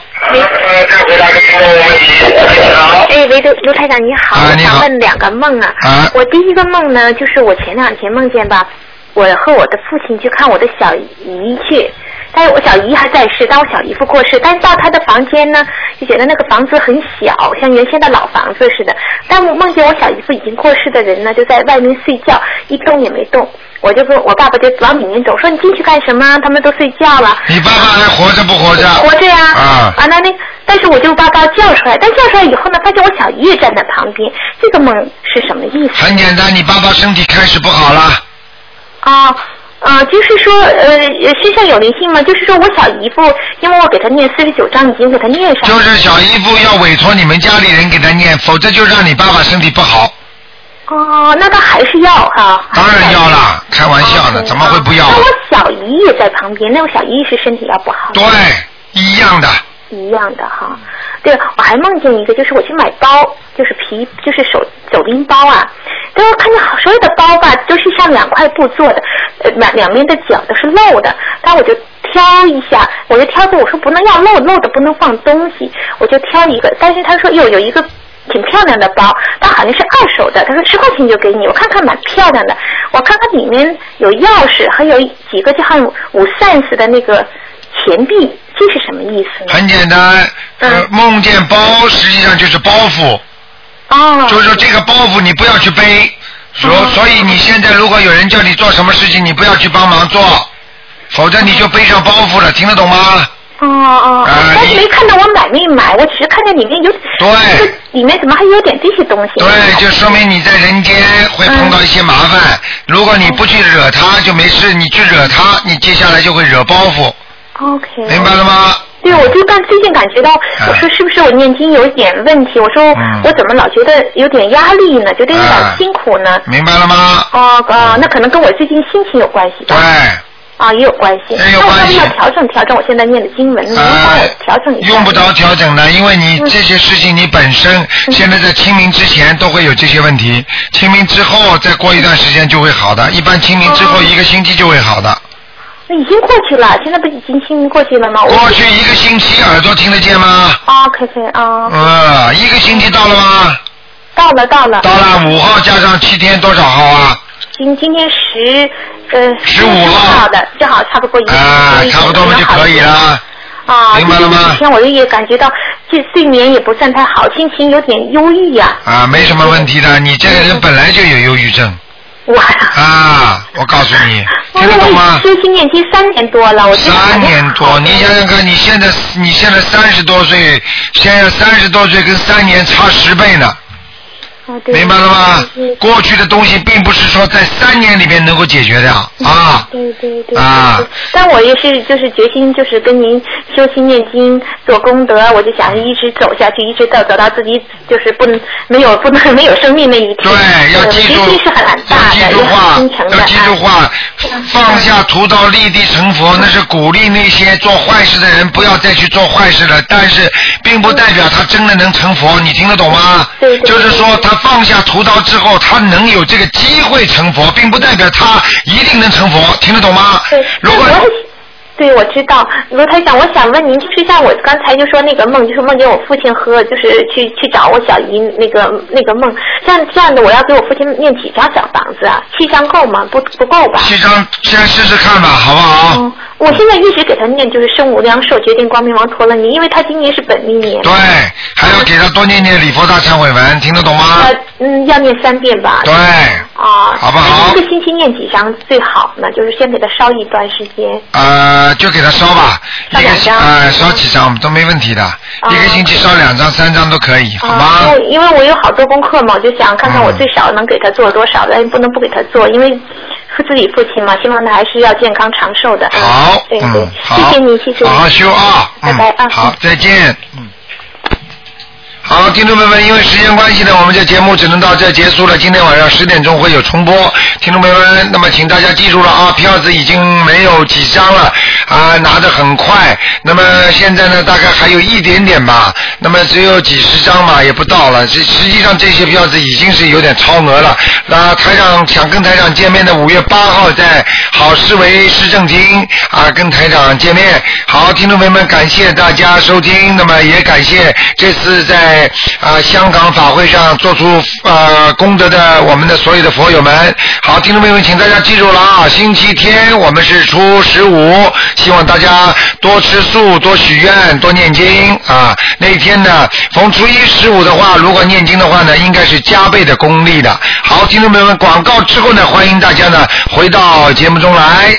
哎，喂，刘刘台长你好，我想问两个梦啊。
啊
我第一个梦呢，就是我前两天梦见吧，我和我的父亲去看我的小姨去，但是我小姨还在世，但我小姨夫过世，但是到她的房间呢，就觉得那个房子很小，像原先的老房子似的。但我梦见我小姨夫已经过世的人呢，就在外面睡觉，一动也没动。我就跟我爸爸就往里面走，说你进去干什么？他们都睡觉了。
你爸爸还活着不活着？
活着呀、
啊
啊，那那，但是我就把他叫出来，但叫出来以后呢，发现我小姨也站在旁边，这个梦是什么意思
很简单，你爸爸身体开始不好了。
啊？啊、就是说，呃，身上有灵性吗？就是说我小姨夫，因为我给他念四十九章，已经给他念上了。
就是小姨夫要委托你们家里人给他念，否则就让你爸爸身体不好。
哦，那他还是要哈、
当然要啦，开玩笑呢，怎么会不要啊
那？我小姨也在旁边，那我小姨是身体要不好。
对，一样的。
一样的哈。对，我还梦见一个，就是我去买包，就是皮，就是手手拎包啊。但我看见好所有的包吧，都是像两块布做的，呃，两两边的角都是露的。但我就挑一下，我就挑着，我说不能要露露的，不能放东西，我就挑一个。但是他说有有一个挺漂亮的包，但好像是二手的。他说十块钱就给你，我看看蛮漂亮的，我看看里面有钥匙，还有几个就好像五 cents 的那个钱币，这是什么意思呢？
很简单，呃，梦见包实际上就是包袱。
哦。
就是说这个包袱你不要去背，所、所以你现在如果有人叫你做什么事情，你不要去帮忙做，否则你就背上包袱了，听得懂吗？
哦哦，但是没看到我买没买，我只是看见里面有，对，里面怎么还有点这些东西？
对，就说明你在人间会碰到一些麻烦。如果你不去惹他就没事，你去惹他，你接下来就会惹包袱。
OK。
明白了吗？哎
对，我就感最近感觉到，我说是不是我念经有点问题？我说
嗯
我怎么老觉得有点压力呢？觉得有点辛苦呢？
哎明白了吗？嗯
哦哦，那可能跟我最近心情有关系吧。
对。
啊，也有关系。那我要不要调整调整我现在念的经文呢？
哎
调整一下。
用不着调整的，因为你
嗯
这些事情你本身现在在清明之前都会有这些问题，清明之后再过一段时间就会好的，一般清明之后
哦
一个星期就会好的。
那已经过去了，现在不已经清明过去了吗？我
过去一个星期耳朵听得见吗？
啊，可以可以啊，
呃，一个星期到了吗？
到了到了。
到了五号加上七天多少号啊？
今今天十呃
十五
号的，正好差不多一个
啊，差不多嘛就可以了。
啊，
明白了吗
就是这几天我也感觉到这睡眠也不算太好，心情有点忧郁呀、
啊
嗯
啊，没什么问题的，你这个人本来就有忧郁症，
哇，
啊，我告诉你，听得懂 吗？
修心念经三年多了，我真的
三年多，你想想看，你现在你现在三十多岁，现在三十多岁跟三年差十倍呢，
嗯
明白了吗？过去的东西并不是说在三年里面能够解决的啊啊
对对对
啊！
但我也是就是决心就是跟您修心念经做功德，我就想一直走下去，一直到走到自己就是不能没有不能 没有生命那一天。对，
要记住
决心是很大的，
记住话
也很真哎诚的。
要记住话，放下屠刀立地成
嗯
佛，那是鼓励那些做坏事的人不要再去做坏事
嗯
了。但是，并不代表他真的能成佛，你听得懂吗？
对对
就是说，他放下屠刀之后，他能有这个机会成佛，并不代表他一定能成佛，听得懂吗？
对，如果对，我知道，卢台长，我想问您，就是像我刚才就说那个梦，就是梦见我父亲喝，就是去去找我小姨那个那个梦，像这样的，我要给我父亲念几张小房子啊？七张够吗？不不够吧？
七张，先试试看吧，好不好？
嗯，我现在一直给他念，就是生无量寿，决定光明王陀罗尼，因为他今年是本命年。
对，还要给他多念念礼佛大忏悔文，听得懂吗？
呃，嗯，要念三遍吧。
对，
啊，
好不好
一个星期念几张最好呢？就是先给他烧一段时间。
呃，就给他烧吧，
烧
一个
两张哦
呃烧几张都没问题的，一个星期烧两张、三张都可以，好吗？嗯
啊，因为因为我有好多功课嘛，我就想看看我最少能给他做多少，但是不能不给他做，因为自己父亲嘛，希望他还是要健康长寿的。
好，
对对，
嗯，好，
谢谢你，谢谢你。
好好修啊，
拜拜啊
嗯，好，再见，嗯。好，听众朋友们，因为时间关系呢，我们这节目只能到这结束了。今天晚上十点钟会有重播，听众朋友们，那么请大家记住了啊，票子已经没有几张了啊，拿的很快。那么现在呢，大概还有一点点吧，那么只有几十张吧，也不到了。实实际上这些票子已经是有点超额了。那台长想跟台长见面的，五月八号在好思维市政厅啊，跟台长见面。好，听众朋友们，感谢大家收听，那么也感谢这次在啊、香港法会上做出呃功德的我们的所有的佛友们。好，听众朋友们，请大家记住了啊，星期天我们是初十五，希望大家多吃素、多许愿、多念经啊。那一天呢，逢初一十五的话，如果念经的话呢，应该是加倍的功力的。好，听众朋友们，广告之后呢，欢迎大家呢回到节目中来。